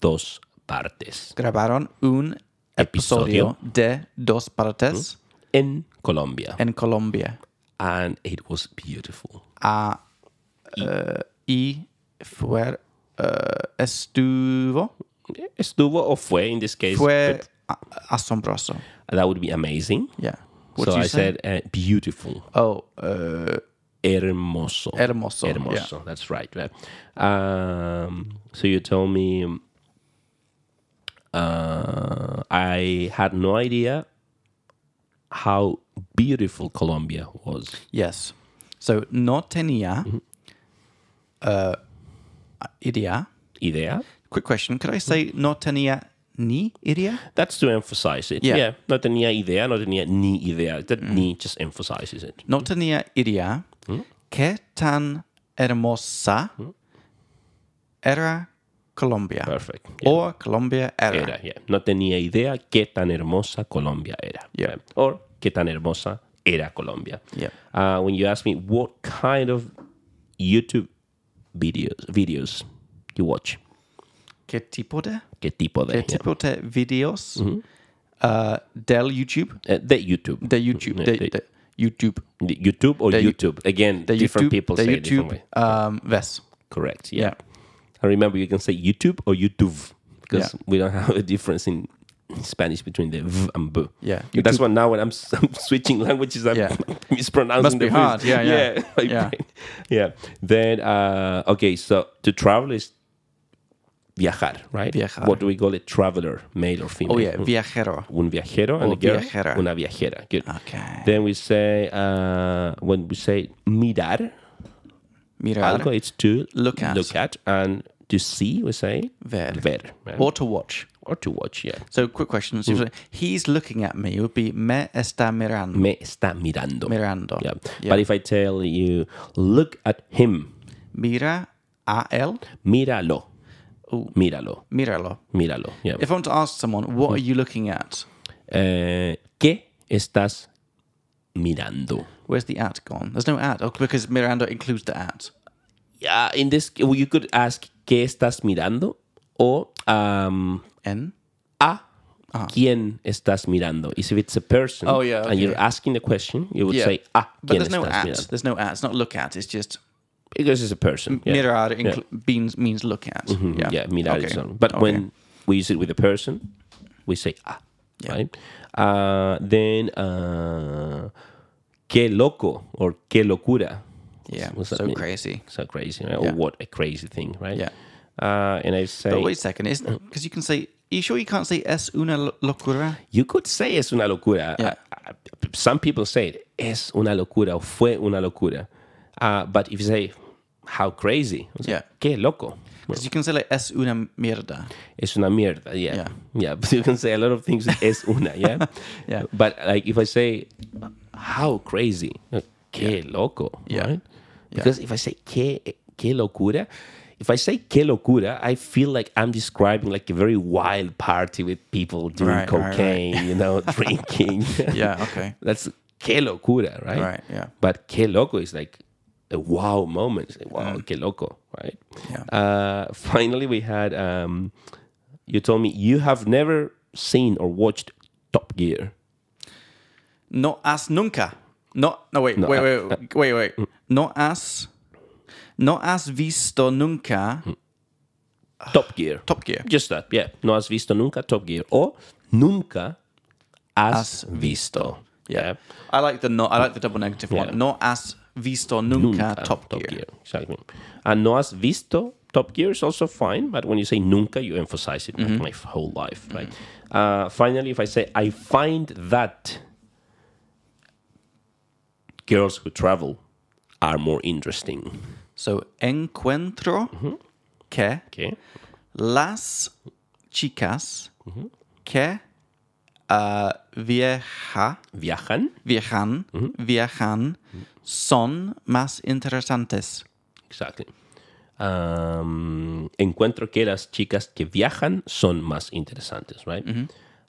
[SPEAKER 2] dos partes
[SPEAKER 1] Grabaron un
[SPEAKER 2] Episodio. Mm-hmm.
[SPEAKER 1] episodio de dos partes
[SPEAKER 2] en Colombia,
[SPEAKER 1] en Colombia.
[SPEAKER 2] and it was beautiful.
[SPEAKER 1] Y fue uh, estuvo
[SPEAKER 2] Estuvo o fue in this case.
[SPEAKER 1] fue a- asombroso.
[SPEAKER 2] but That would be amazing.
[SPEAKER 1] Yeah. What
[SPEAKER 2] so
[SPEAKER 1] did you
[SPEAKER 2] I
[SPEAKER 1] say?
[SPEAKER 2] said uh, beautiful,
[SPEAKER 1] Oh, uh,
[SPEAKER 2] hermoso,
[SPEAKER 1] hermoso. Yeah.
[SPEAKER 2] Hermoso. That's right. right. Um, so you told me um, uh, I had no idea how beautiful Colombia was.
[SPEAKER 1] Yes. So no tenía
[SPEAKER 2] Mm-hmm.
[SPEAKER 1] uh, idea.
[SPEAKER 2] Idea.
[SPEAKER 1] Quick question. Could I
[SPEAKER 2] Hmm?
[SPEAKER 1] say no tenía ni idea?
[SPEAKER 2] That's to emphasize it.
[SPEAKER 1] Yeah.
[SPEAKER 2] No tenía idea. No tenía ni idea. That ni just emphasizes it.
[SPEAKER 1] No tenía idea
[SPEAKER 2] Hmm?
[SPEAKER 1] qué tan hermosa era Colombia.
[SPEAKER 2] Perfect.
[SPEAKER 1] Or Colombia era.
[SPEAKER 2] Era. Yeah. No tenía idea qué tan hermosa Colombia era.
[SPEAKER 1] Yeah.
[SPEAKER 2] Or qué tan hermosa era Colombia.
[SPEAKER 1] Yeah.
[SPEAKER 2] uh, when you ask me what kind of YouTube videos videos you watch,
[SPEAKER 1] ¿Qué tipo de,
[SPEAKER 2] qué tipo de,
[SPEAKER 1] qué tipo de videos
[SPEAKER 2] Mm-hmm.
[SPEAKER 1] uh, del YouTube?
[SPEAKER 2] yeah. Uh, de YouTube,
[SPEAKER 1] De YouTube.
[SPEAKER 2] Yeah,
[SPEAKER 1] de-
[SPEAKER 2] de-
[SPEAKER 1] de YouTube.
[SPEAKER 2] The YouTube or
[SPEAKER 1] Yu-
[SPEAKER 2] YouTube again,
[SPEAKER 1] De
[SPEAKER 2] different
[SPEAKER 1] YouTube.
[SPEAKER 2] people
[SPEAKER 1] de
[SPEAKER 2] say it different
[SPEAKER 1] YouTube.
[SPEAKER 2] way.
[SPEAKER 1] Um, ves.
[SPEAKER 2] Correct. Yeah.
[SPEAKER 1] Yeah.
[SPEAKER 2] And remember, you can say YouTube or YouTube because
[SPEAKER 1] Yeah.
[SPEAKER 2] we don't *laughs* have a difference in Spanish between the v and b.
[SPEAKER 1] Yeah,
[SPEAKER 2] That's
[SPEAKER 1] YouTube.
[SPEAKER 2] why now when I'm, s *laughs* am switching languages, I'm
[SPEAKER 1] Yeah.
[SPEAKER 2] *laughs* mispronouncing
[SPEAKER 1] Must
[SPEAKER 2] the
[SPEAKER 1] be
[SPEAKER 2] V's.
[SPEAKER 1] hard. Yeah, yeah.
[SPEAKER 2] *laughs* Yeah. my
[SPEAKER 1] Yeah.
[SPEAKER 2] brain. yeah. Then, uh, okay, so to travel is viajar, right?
[SPEAKER 1] Viajar.
[SPEAKER 2] What do we call it? Traveler, male or female?
[SPEAKER 1] Oh yeah, viajero.
[SPEAKER 2] Un viajero and
[SPEAKER 1] O
[SPEAKER 2] a girl.
[SPEAKER 1] viajera. Ah.
[SPEAKER 2] Una viajera. Good.
[SPEAKER 1] Okay.
[SPEAKER 2] Then we say, uh, when we say mirar,
[SPEAKER 1] Mirar.
[SPEAKER 2] Algo it's to
[SPEAKER 1] Look at.
[SPEAKER 2] look at and to see. We say
[SPEAKER 1] Ver.
[SPEAKER 2] ver, right?
[SPEAKER 1] Or to watch.
[SPEAKER 2] or to watch. Yeah,
[SPEAKER 1] So quick question.
[SPEAKER 2] Mm.
[SPEAKER 1] So He's looking at me. It would be me está mirando.
[SPEAKER 2] me está mirando.
[SPEAKER 1] Mirando.
[SPEAKER 2] Yeah.
[SPEAKER 1] Yeah.
[SPEAKER 2] but if I tell you, look at him,
[SPEAKER 1] Mira a él.
[SPEAKER 2] míralo, míralo,
[SPEAKER 1] Míralo.
[SPEAKER 2] míralo. Yeah.
[SPEAKER 1] If I want to ask someone,
[SPEAKER 2] Mm.
[SPEAKER 1] what are you looking at?
[SPEAKER 2] Eh, ¿Qué estás mirando?
[SPEAKER 1] Where's the at gone? There's no at. Oh, because Miranda includes the at.
[SPEAKER 2] Yeah, in this well, you could ask ¿Qué estás mirando? or um,
[SPEAKER 1] N.
[SPEAKER 2] a Ah. quién estás mirando. Is if it's a person,
[SPEAKER 1] Oh, yeah,
[SPEAKER 2] and
[SPEAKER 1] okay.
[SPEAKER 2] you're asking the question, you would
[SPEAKER 1] Yeah.
[SPEAKER 2] say a
[SPEAKER 1] But
[SPEAKER 2] quién
[SPEAKER 1] there's no
[SPEAKER 2] estás
[SPEAKER 1] at.
[SPEAKER 2] mirando.
[SPEAKER 1] There's no at. It's not look at. It's just
[SPEAKER 2] because it's a person. Yeah. Mm-hmm.
[SPEAKER 1] mirar incl- means, means look at.
[SPEAKER 2] Yeah,
[SPEAKER 1] Yeah.
[SPEAKER 2] mirar
[SPEAKER 1] Mm-hmm. Okay.
[SPEAKER 2] is on. But
[SPEAKER 1] Okay.
[SPEAKER 2] when we use it with a person, we say ah, right? Uh, then uh, qué loco or qué locura.
[SPEAKER 1] Yeah.
[SPEAKER 2] What's that
[SPEAKER 1] so
[SPEAKER 2] mean?
[SPEAKER 1] crazy.
[SPEAKER 2] So crazy, right?
[SPEAKER 1] Yeah.
[SPEAKER 2] Or what a crazy thing, right?
[SPEAKER 1] Yeah.
[SPEAKER 2] Uh, and I say
[SPEAKER 1] But wait a second.
[SPEAKER 2] Mm.
[SPEAKER 1] Isn't because you can say. You sure you can't say es una lo- locura?
[SPEAKER 2] you could say es una locura.
[SPEAKER 1] Yeah.
[SPEAKER 2] Uh, uh, some people say it, es una locura or fue una locura. Uh, but if you say how crazy. O sea,
[SPEAKER 1] Yeah.
[SPEAKER 2] Qué loco. Bueno,
[SPEAKER 1] Because you can say like es una mierda.
[SPEAKER 2] es una mierda. Yeah.
[SPEAKER 1] Yeah.
[SPEAKER 2] yeah. But you can say a lot of things. es una.
[SPEAKER 1] *laughs*
[SPEAKER 2] Yeah.
[SPEAKER 1] Yeah.
[SPEAKER 2] But like if I say how crazy, qué loco.
[SPEAKER 1] Yeah.
[SPEAKER 2] Right?
[SPEAKER 1] Yeah.
[SPEAKER 2] Because if I say qué, qué locura, if I say qué locura, I feel like I'm describing like a very wild party with people doing
[SPEAKER 1] Right, right, right.
[SPEAKER 2] cocaine, you know, *laughs* drinking.
[SPEAKER 1] *laughs* Yeah, okay.
[SPEAKER 2] That's qué locura, right?
[SPEAKER 1] Right, yeah.
[SPEAKER 2] But qué loco is like a wow moment. It's like, wow, qué loco, right?
[SPEAKER 1] Mm. Yeah.
[SPEAKER 2] Uh, finally, we had um, you told me you have never seen or watched Top Gear.
[SPEAKER 1] No as nunca. No, no, uh, mm. wait, wait, wait, wait, wait, wait. No as. No has visto nunca
[SPEAKER 2] Top Gear.
[SPEAKER 1] Ah. Top Gear.
[SPEAKER 2] Just that, yeah. No has visto nunca Top Gear. O nunca has,
[SPEAKER 1] Has
[SPEAKER 2] visto. Yeah.
[SPEAKER 1] I like the no. I like the double negative
[SPEAKER 2] Yeah.
[SPEAKER 1] one. No has visto nunca, Top, Gear.
[SPEAKER 2] Exactly. And no has visto Top Gear is also fine, but when you say nunca, you emphasize it
[SPEAKER 1] Mm-hmm.
[SPEAKER 2] like my f- whole life, right? Uh, finally, if I say I find that girls who travel are more interesting.
[SPEAKER 1] So encuentro que
[SPEAKER 2] Okay.
[SPEAKER 1] las chicas que uh, vieja
[SPEAKER 2] Viajan.
[SPEAKER 1] viajan viajan son más interesantes.
[SPEAKER 2] Exactly. Um, encuentro que las chicas que viajan son más interesantes, right?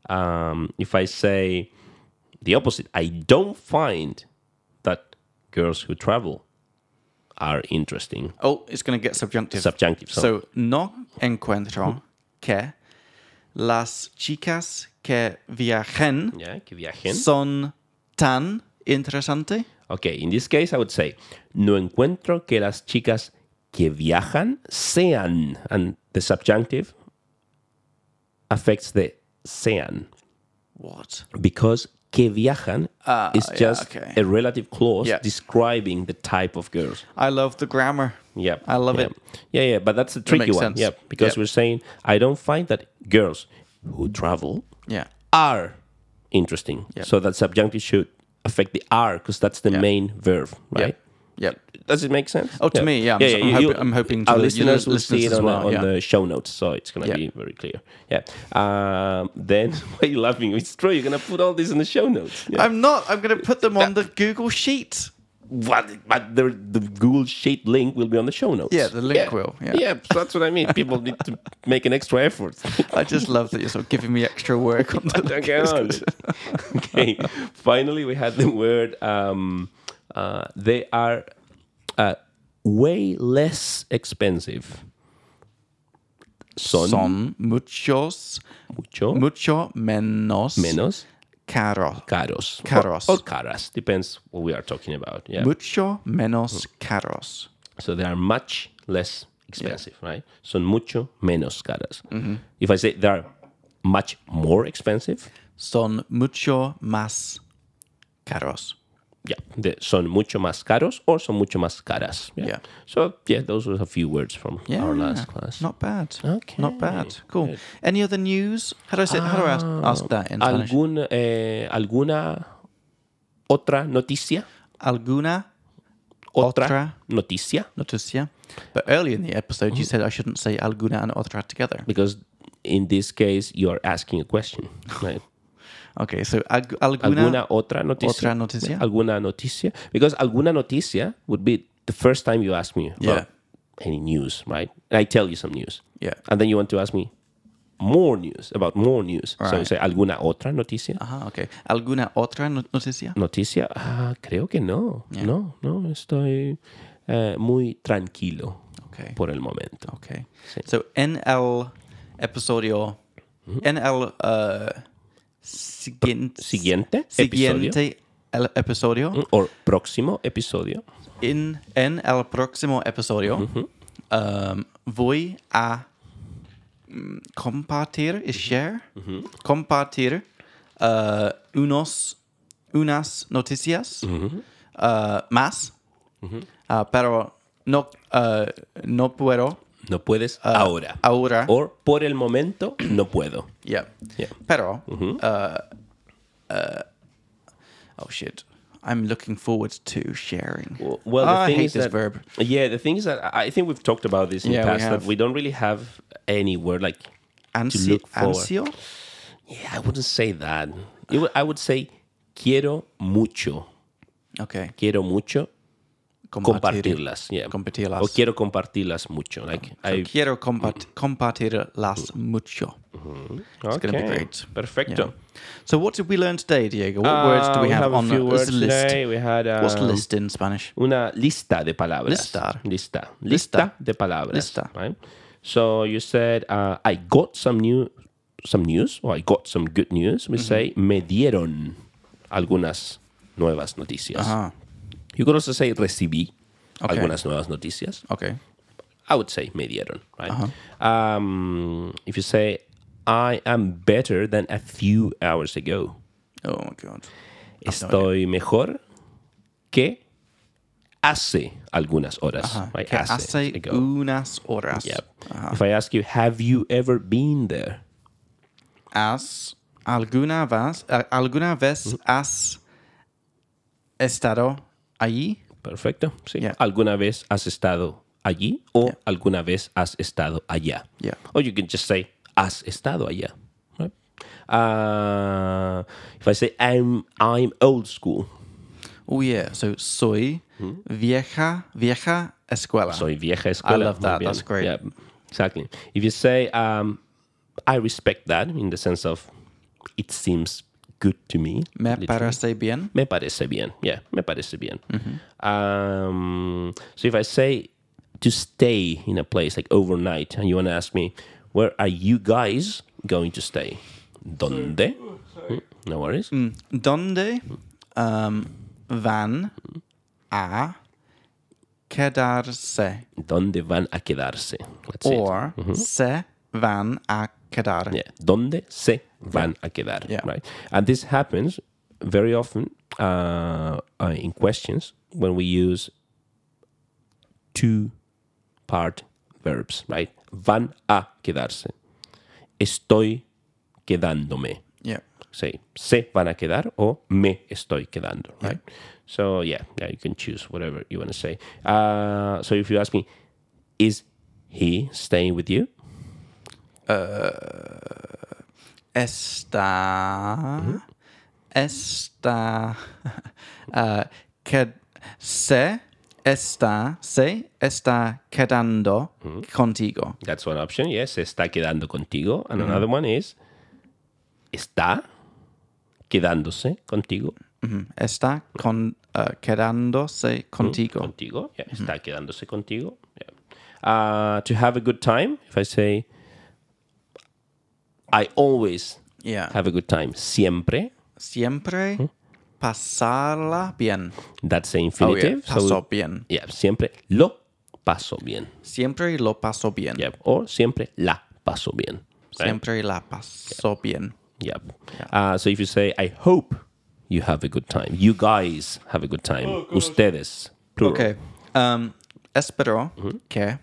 [SPEAKER 2] Um, if I say the opposite, I don't find that girls who travel are interesting.
[SPEAKER 1] Oh, it's going to get subjunctive.
[SPEAKER 2] Subjunctive. So,
[SPEAKER 1] So no encuentro que las chicas que viajan
[SPEAKER 2] yeah, que viajen.
[SPEAKER 1] son tan interesante.
[SPEAKER 2] Okay, in this case, I would say no encuentro que las chicas que viajan sean, and the subjunctive affects the sean.
[SPEAKER 1] What?
[SPEAKER 2] because que viajan is
[SPEAKER 1] Ah, yeah,
[SPEAKER 2] just
[SPEAKER 1] okay.
[SPEAKER 2] a relative clause
[SPEAKER 1] Yeah.
[SPEAKER 2] describing the type of girls.
[SPEAKER 1] I love the grammar.
[SPEAKER 2] Yeah,
[SPEAKER 1] I love
[SPEAKER 2] yeah.
[SPEAKER 1] it.
[SPEAKER 2] Yeah, yeah, but that's a tricky
[SPEAKER 1] makes
[SPEAKER 2] one.
[SPEAKER 1] sense.
[SPEAKER 2] Yeah, because
[SPEAKER 1] Yeah.
[SPEAKER 2] we're saying I don't find that girls who travel
[SPEAKER 1] Yeah.
[SPEAKER 2] are interesting.
[SPEAKER 1] Yeah.
[SPEAKER 2] So that subjunctive should affect the are because that's the main verb, right?
[SPEAKER 1] Yep.
[SPEAKER 2] Does it make sense?
[SPEAKER 1] Oh, to me, yeah, I'm so- I'm hoping- I'm hoping to
[SPEAKER 2] our
[SPEAKER 1] the- you
[SPEAKER 2] listeners
[SPEAKER 1] know,
[SPEAKER 2] will
[SPEAKER 1] listeners
[SPEAKER 2] see it
[SPEAKER 1] as
[SPEAKER 2] on,
[SPEAKER 1] well,
[SPEAKER 2] the, on
[SPEAKER 1] yeah.
[SPEAKER 2] the show notes, so it's gonna
[SPEAKER 1] Yeah.
[SPEAKER 2] be very clear. Yeah. Um, then *laughs* why are you laughing? It's true. You're gonna put all this in the show notes. Yeah.
[SPEAKER 1] I'm not. I'm going to put them on the Google Sheet.
[SPEAKER 2] What, but the, the Google Sheet link will be on the show notes.
[SPEAKER 1] Yeah, the link will, yeah.
[SPEAKER 2] so that's what I mean. People need
[SPEAKER 1] *laughs*
[SPEAKER 2] to make an extra effort.
[SPEAKER 1] I just love that you're sort of giving me extra work on *laughs* the.
[SPEAKER 2] okay, on. *laughs* okay. Finally, we had the word. Um, uh, they are uh, way less expensive. Son,
[SPEAKER 1] Son muchos,
[SPEAKER 2] mucho
[SPEAKER 1] mucho menos,
[SPEAKER 2] menos
[SPEAKER 1] caro.
[SPEAKER 2] caros.
[SPEAKER 1] Caros.
[SPEAKER 2] Or, or caras. Depends what we are talking about. Yeah.
[SPEAKER 1] Mucho menos caros.
[SPEAKER 2] So they are much less expensive, right? Son mucho menos caras.
[SPEAKER 1] Mm-hmm.
[SPEAKER 2] If I say they are much more expensive,
[SPEAKER 1] Son mucho más caros.
[SPEAKER 2] yeah, the, son mucho más caros or son mucho más caras. Yeah.
[SPEAKER 1] Yeah.
[SPEAKER 2] So yeah, those were a few words from our last class.
[SPEAKER 1] Not bad.
[SPEAKER 2] Okay,
[SPEAKER 1] Not bad. Cool. Any other news? How do I say? how do I ask,
[SPEAKER 2] Ah.
[SPEAKER 1] ask that in Spanish?
[SPEAKER 2] ¿Algún, eh, ¿Alguna otra noticia?
[SPEAKER 1] Alguna
[SPEAKER 2] Otra,
[SPEAKER 1] Otra.
[SPEAKER 2] noticia?
[SPEAKER 1] noticia. But early in the episode,
[SPEAKER 2] Mm-hmm.
[SPEAKER 1] you said I shouldn't say alguna and otra together.
[SPEAKER 2] Because in this case, you are asking a question. Right?
[SPEAKER 1] Okay, so alg- alguna,
[SPEAKER 2] alguna otra noticia.
[SPEAKER 1] otra noticia.
[SPEAKER 2] Alguna noticia. Because alguna noticia would be the first time you ask me about
[SPEAKER 1] Yeah.
[SPEAKER 2] any news, right? And I tell you some news.
[SPEAKER 1] Yeah.
[SPEAKER 2] And then you want to ask me more news about more news. So you
[SPEAKER 1] Right.
[SPEAKER 2] say alguna otra noticia.
[SPEAKER 1] Ah, okay. Alguna otra no- noticia.
[SPEAKER 2] Noticia, ah, creo que no. No, no, estoy eh, muy tranquilo
[SPEAKER 1] Okay.
[SPEAKER 2] por el momento.
[SPEAKER 1] Okay. So NL episodio,
[SPEAKER 2] Mm-hmm.
[SPEAKER 1] NL uh, siguiente,
[SPEAKER 2] Siguiente Mm-hmm.
[SPEAKER 1] siguiente el episodio.
[SPEAKER 2] O próximo episodio.
[SPEAKER 1] In, en el próximo episodio
[SPEAKER 2] Mhm.
[SPEAKER 1] um, voy a mm, compartir, is share,
[SPEAKER 2] Mhm.
[SPEAKER 1] compartir uh, unos, unas noticias
[SPEAKER 2] Mhm.
[SPEAKER 1] uh, más, Uh, pero no, uh, no puedo
[SPEAKER 2] No puedes ahora.
[SPEAKER 1] Ah, ahora.
[SPEAKER 2] O por el momento no puedo.
[SPEAKER 1] Yeah.
[SPEAKER 2] Yeah.
[SPEAKER 1] Pero, uh, uh, oh shit. I'm looking forward to sharing.
[SPEAKER 2] Well, well, the
[SPEAKER 1] Ah, I
[SPEAKER 2] thing
[SPEAKER 1] hate
[SPEAKER 2] is
[SPEAKER 1] this
[SPEAKER 2] that,
[SPEAKER 1] verb.
[SPEAKER 2] Yeah, the thing is that I I think we've talked about this in
[SPEAKER 1] Yeah,
[SPEAKER 2] the
[SPEAKER 1] we
[SPEAKER 2] past that
[SPEAKER 1] have.
[SPEAKER 2] we don't really have any word like.
[SPEAKER 1] Ansi-
[SPEAKER 2] look forward.
[SPEAKER 1] ansio?
[SPEAKER 2] Yeah, I wouldn't say that. It would, I would say quiero mucho.
[SPEAKER 1] Okay.
[SPEAKER 2] Quiero mucho
[SPEAKER 1] Compartir.
[SPEAKER 2] compartirlas. Yeah,
[SPEAKER 1] Compartirlas.
[SPEAKER 2] O quiero compartirlas mucho. Like I.
[SPEAKER 1] Quiero compart- compartir las mucho. It's going to be
[SPEAKER 2] Okay,
[SPEAKER 1] great.
[SPEAKER 2] Perfecto.
[SPEAKER 1] Yeah. So, what did we learn today, Diego? What words do we
[SPEAKER 2] Uh,
[SPEAKER 1] have,
[SPEAKER 2] a
[SPEAKER 1] on
[SPEAKER 2] few
[SPEAKER 1] the this
[SPEAKER 2] words
[SPEAKER 1] list?
[SPEAKER 2] today. We had uh,
[SPEAKER 1] What's list in Spanish?
[SPEAKER 2] una lista de palabras.
[SPEAKER 1] Listar.
[SPEAKER 2] Lista.
[SPEAKER 1] Lista.
[SPEAKER 2] Lista de palabras.
[SPEAKER 1] Lista.
[SPEAKER 2] Right? So you said, uh, I got some new, some news, or I got some good news. We say, me dieron algunas nuevas noticias.
[SPEAKER 1] Ah,
[SPEAKER 2] You could also say, recibí
[SPEAKER 1] Okay.
[SPEAKER 2] algunas nuevas noticias.
[SPEAKER 1] okay.
[SPEAKER 2] I would say, me dieron, right? Um, if you say, I am better than a few hours ago.
[SPEAKER 1] Oh my god.
[SPEAKER 2] Estoy mejor que hace algunas horas. right?
[SPEAKER 1] Que hace
[SPEAKER 2] ago.
[SPEAKER 1] unas horas.
[SPEAKER 2] Yep. If I ask you, have you ever been there?
[SPEAKER 1] Has alguna vez, eh, alguna
[SPEAKER 2] Mm-hmm.
[SPEAKER 1] vez has estado allí?
[SPEAKER 2] Perfecto. Sí.
[SPEAKER 1] Yeah.
[SPEAKER 2] ¿Alguna vez has estado allí o alguna vez has estado allá?
[SPEAKER 1] Yeah.
[SPEAKER 2] Or you can just say, has estado allá. Right? Uh, if I say, I'm, I'm old school.
[SPEAKER 1] Oh yeah. So soy vieja vieja escuela.
[SPEAKER 2] Mm-hmm. Soy vieja escuela.
[SPEAKER 1] love
[SPEAKER 2] Muy
[SPEAKER 1] that.
[SPEAKER 2] bien.
[SPEAKER 1] That's great.
[SPEAKER 2] Yeah, exactly. If you say, um, I respect that in the sense of it seems good to me.
[SPEAKER 1] Me
[SPEAKER 2] literally.
[SPEAKER 1] parece bien.
[SPEAKER 2] Me parece bien. Yeah, me parece bien.
[SPEAKER 1] Mm-hmm.
[SPEAKER 2] Um, so if I say to stay in a place like overnight and you want to ask me, where are you guys going to stay? Donde? Mm, No worries.
[SPEAKER 1] Donde um, van a quedarse
[SPEAKER 2] Donde van a quedarse? Let's see.
[SPEAKER 1] or se van a quedar?
[SPEAKER 2] Yeah. Donde se van a quedar?
[SPEAKER 1] Yeah.
[SPEAKER 2] Right. And this happens very often uh, uh, in questions when we use two part verbs, right? Van a quedarse. Estoy quedándome.
[SPEAKER 1] Yeah.
[SPEAKER 2] Say, se van a quedar o me estoy quedando, right? So, yeah, yeah, you can choose whatever you want to say. Uh, so, if you ask me, is he staying with you?
[SPEAKER 1] Está está *laughs* uh, que se está se está quedando contigo.
[SPEAKER 2] That's one option. Yes, se está quedando contigo. And another one is está quedándose contigo.
[SPEAKER 1] Mhm. Está con uh, quedándose contigo.
[SPEAKER 2] Contigo. Yeah, está quedándose contigo. Yeah. Uh, to have a good time, if I say I always
[SPEAKER 1] Yeah.
[SPEAKER 2] have a good time, siempre.
[SPEAKER 1] Siempre pasarla bien.
[SPEAKER 2] That's the
[SPEAKER 1] Oh, yeah.
[SPEAKER 2] infinitive.
[SPEAKER 1] Pasó
[SPEAKER 2] So,
[SPEAKER 1] bien.
[SPEAKER 2] yeah, siempre lo paso bien.
[SPEAKER 1] Siempre lo pasó bien.
[SPEAKER 2] Yeah. Or siempre la paso bien. Right?
[SPEAKER 1] Siempre la pasó bien.
[SPEAKER 2] Yep. Uh, so if you say, I hope you have a good time. You guys have a good time. Ustedes. Plural.
[SPEAKER 1] Okay. Um, espero que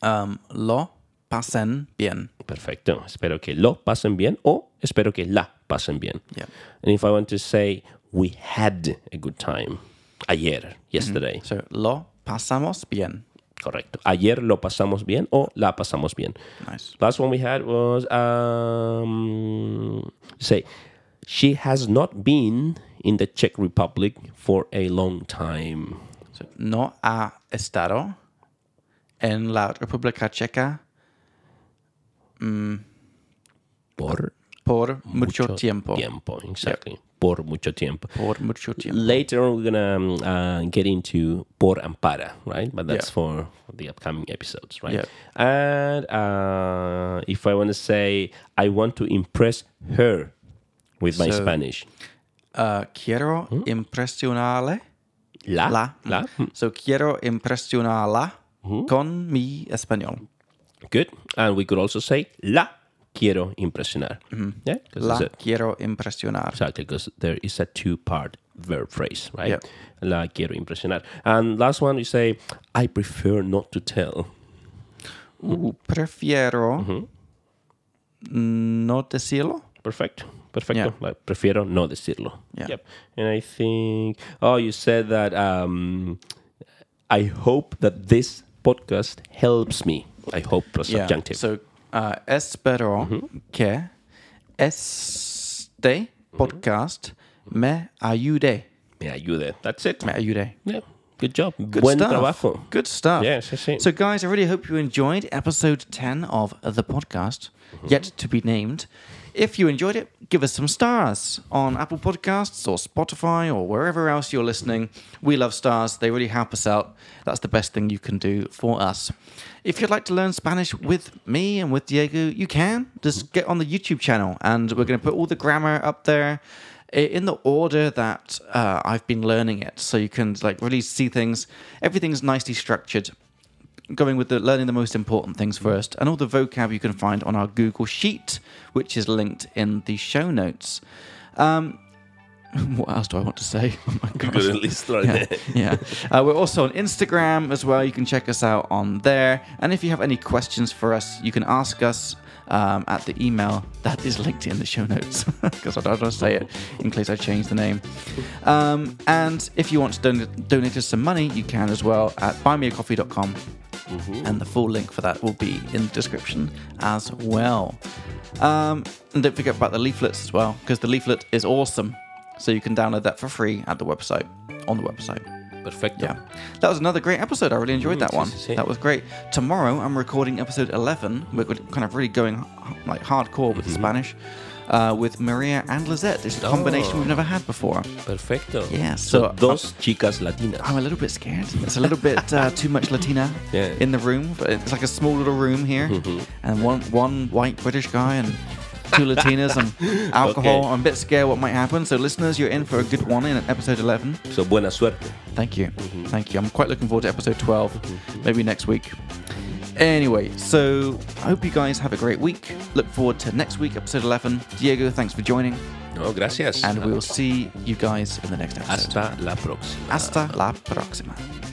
[SPEAKER 1] um, lo pasen bien.
[SPEAKER 2] Perfecto. Espero que lo pasen bien o espero que la pasen bien.
[SPEAKER 1] Yeah.
[SPEAKER 2] And if I want to say, we had a good time. Ayer,
[SPEAKER 1] Mm-hmm.
[SPEAKER 2] yesterday.
[SPEAKER 1] So, lo pasamos bien.
[SPEAKER 2] Correcto. Ayer lo pasamos bien o la pasamos bien.
[SPEAKER 1] Nice.
[SPEAKER 2] Last one we had was, um, say, she has not been in the Czech Republic for a long time.
[SPEAKER 1] So, no ha estado en la República Checa
[SPEAKER 2] Por
[SPEAKER 1] por mucho, tiempo.
[SPEAKER 2] tiempo, exactly. Por mucho tiempo.
[SPEAKER 1] Por mucho tiempo.
[SPEAKER 2] Later on, we're gonna um, uh, get into por and para, right? But that's
[SPEAKER 1] Yeah.
[SPEAKER 2] for the upcoming episodes, right?
[SPEAKER 1] Yeah.
[SPEAKER 2] And uh, if I want to say, I want to impress her with my
[SPEAKER 1] So-
[SPEAKER 2] Spanish.
[SPEAKER 1] Uh, quiero impresionarle.
[SPEAKER 2] La,
[SPEAKER 1] La. Mm-hmm.
[SPEAKER 2] la.
[SPEAKER 1] So, quiero impresionarla con mi español.
[SPEAKER 2] Hmm. Good. And we could also say la quiero impresionar. Yeah, 'cause
[SPEAKER 1] Mm-hmm. La
[SPEAKER 2] it's a-
[SPEAKER 1] quiero impresionar.
[SPEAKER 2] Exactly, because there is a two-part verb phrase, right?
[SPEAKER 1] Yeah.
[SPEAKER 2] La quiero impresionar. And last one, you say, I prefer not to tell.
[SPEAKER 1] Mm-hmm.
[SPEAKER 2] Mm-hmm.
[SPEAKER 1] Uh, prefiero no decirlo.
[SPEAKER 2] Perfect. perfecto.
[SPEAKER 1] Yeah.
[SPEAKER 2] Like, prefiero no decirlo.
[SPEAKER 1] Yeah.
[SPEAKER 2] Yep. And I think, oh, you said that um, I hope that this podcast helps me. I hope plus
[SPEAKER 1] Yeah.
[SPEAKER 2] subjunctive.
[SPEAKER 1] So uh, espero
[SPEAKER 2] Mm-hmm.
[SPEAKER 1] que este podcast me ayude.
[SPEAKER 2] me ayude. That's it.
[SPEAKER 1] Me ayude.
[SPEAKER 2] Yeah. Good job.
[SPEAKER 1] Good
[SPEAKER 2] Buen
[SPEAKER 1] stuff.
[SPEAKER 2] trabajo.
[SPEAKER 1] Good stuff.
[SPEAKER 2] Yeah, sí, sí.
[SPEAKER 1] So, guys, I really hope you enjoyed episode 10 of the podcast, yet to be named. If you enjoyed it, give us some stars on Apple Podcasts or Spotify or wherever else you're listening. We love stars, they really help us out. That's the best thing you can do for us. If you'd like to learn Spanish with me and with Diego, you can. Just get on the YouTube channel, and we're going to put all the grammar up there i- in the order that uh, I've been learning it, so you can like really see things. Everything's nicely structured. Going with the learning the most important things first, and all the vocab you can find on our Google Sheet, which is linked in the show notes. Um, *laughs* what else do I want to say? *laughs* Oh my gosh
[SPEAKER 2] Good at *laughs* least right
[SPEAKER 1] yeah,
[SPEAKER 2] there.
[SPEAKER 1] yeah. Uh, we're also on Instagram as well. You can check us out on there. And if you have any questions for us, you can ask us um, at the email that is linked in the show notes *laughs* because I don't want to say it in case I change the name. Um, and if you want to don- donate us some money, you can as well at buymeacoffee.com. And the full link for that will be in the description as well. Um, and don't forget about the leaflets as well, because the leaflet is awesome. So you can download that for free at the website, on the website.
[SPEAKER 2] Perfecto.
[SPEAKER 1] Yeah. That was another great episode. I really enjoyed
[SPEAKER 2] Mm,
[SPEAKER 1] that
[SPEAKER 2] sí,
[SPEAKER 1] one.
[SPEAKER 2] sí, sí.
[SPEAKER 1] That was great. Tomorrow I'm recording episode 11. We're good- kind of really going h- like hardcore with the Spanish uh, with Maria and Lizette. It's a combination
[SPEAKER 2] Mm-hmm. Oh.
[SPEAKER 1] we've never had before.
[SPEAKER 2] Perfecto.
[SPEAKER 1] Yeah,
[SPEAKER 2] So,
[SPEAKER 1] so- um,
[SPEAKER 2] dos chicas latinas.
[SPEAKER 1] I'm a little bit scared. It's a little bit
[SPEAKER 2] *laughs*
[SPEAKER 1] uh, too much Latina
[SPEAKER 2] Yeah. Mm-hmm.
[SPEAKER 1] in the room, but it's like a small little room here, and one one white British guy and two Latinas and alcohol.
[SPEAKER 2] *laughs* Okay.
[SPEAKER 1] I'm a bit scared what might happen. So listeners, you're in for a good one in episode 11.
[SPEAKER 2] So, buena suerte.
[SPEAKER 1] Thank you,
[SPEAKER 2] Mm-hmm.
[SPEAKER 1] thank you. I'm quite looking forward to episode 12, maybe next week. Anyway, so I hope you guys have a great week. Look forward to next week, episode 11. Diego, thanks for joining,
[SPEAKER 2] No, gracias.
[SPEAKER 1] and we'll see you guys in the next episode.
[SPEAKER 2] Hasta la próxima.
[SPEAKER 1] Hasta la próxima.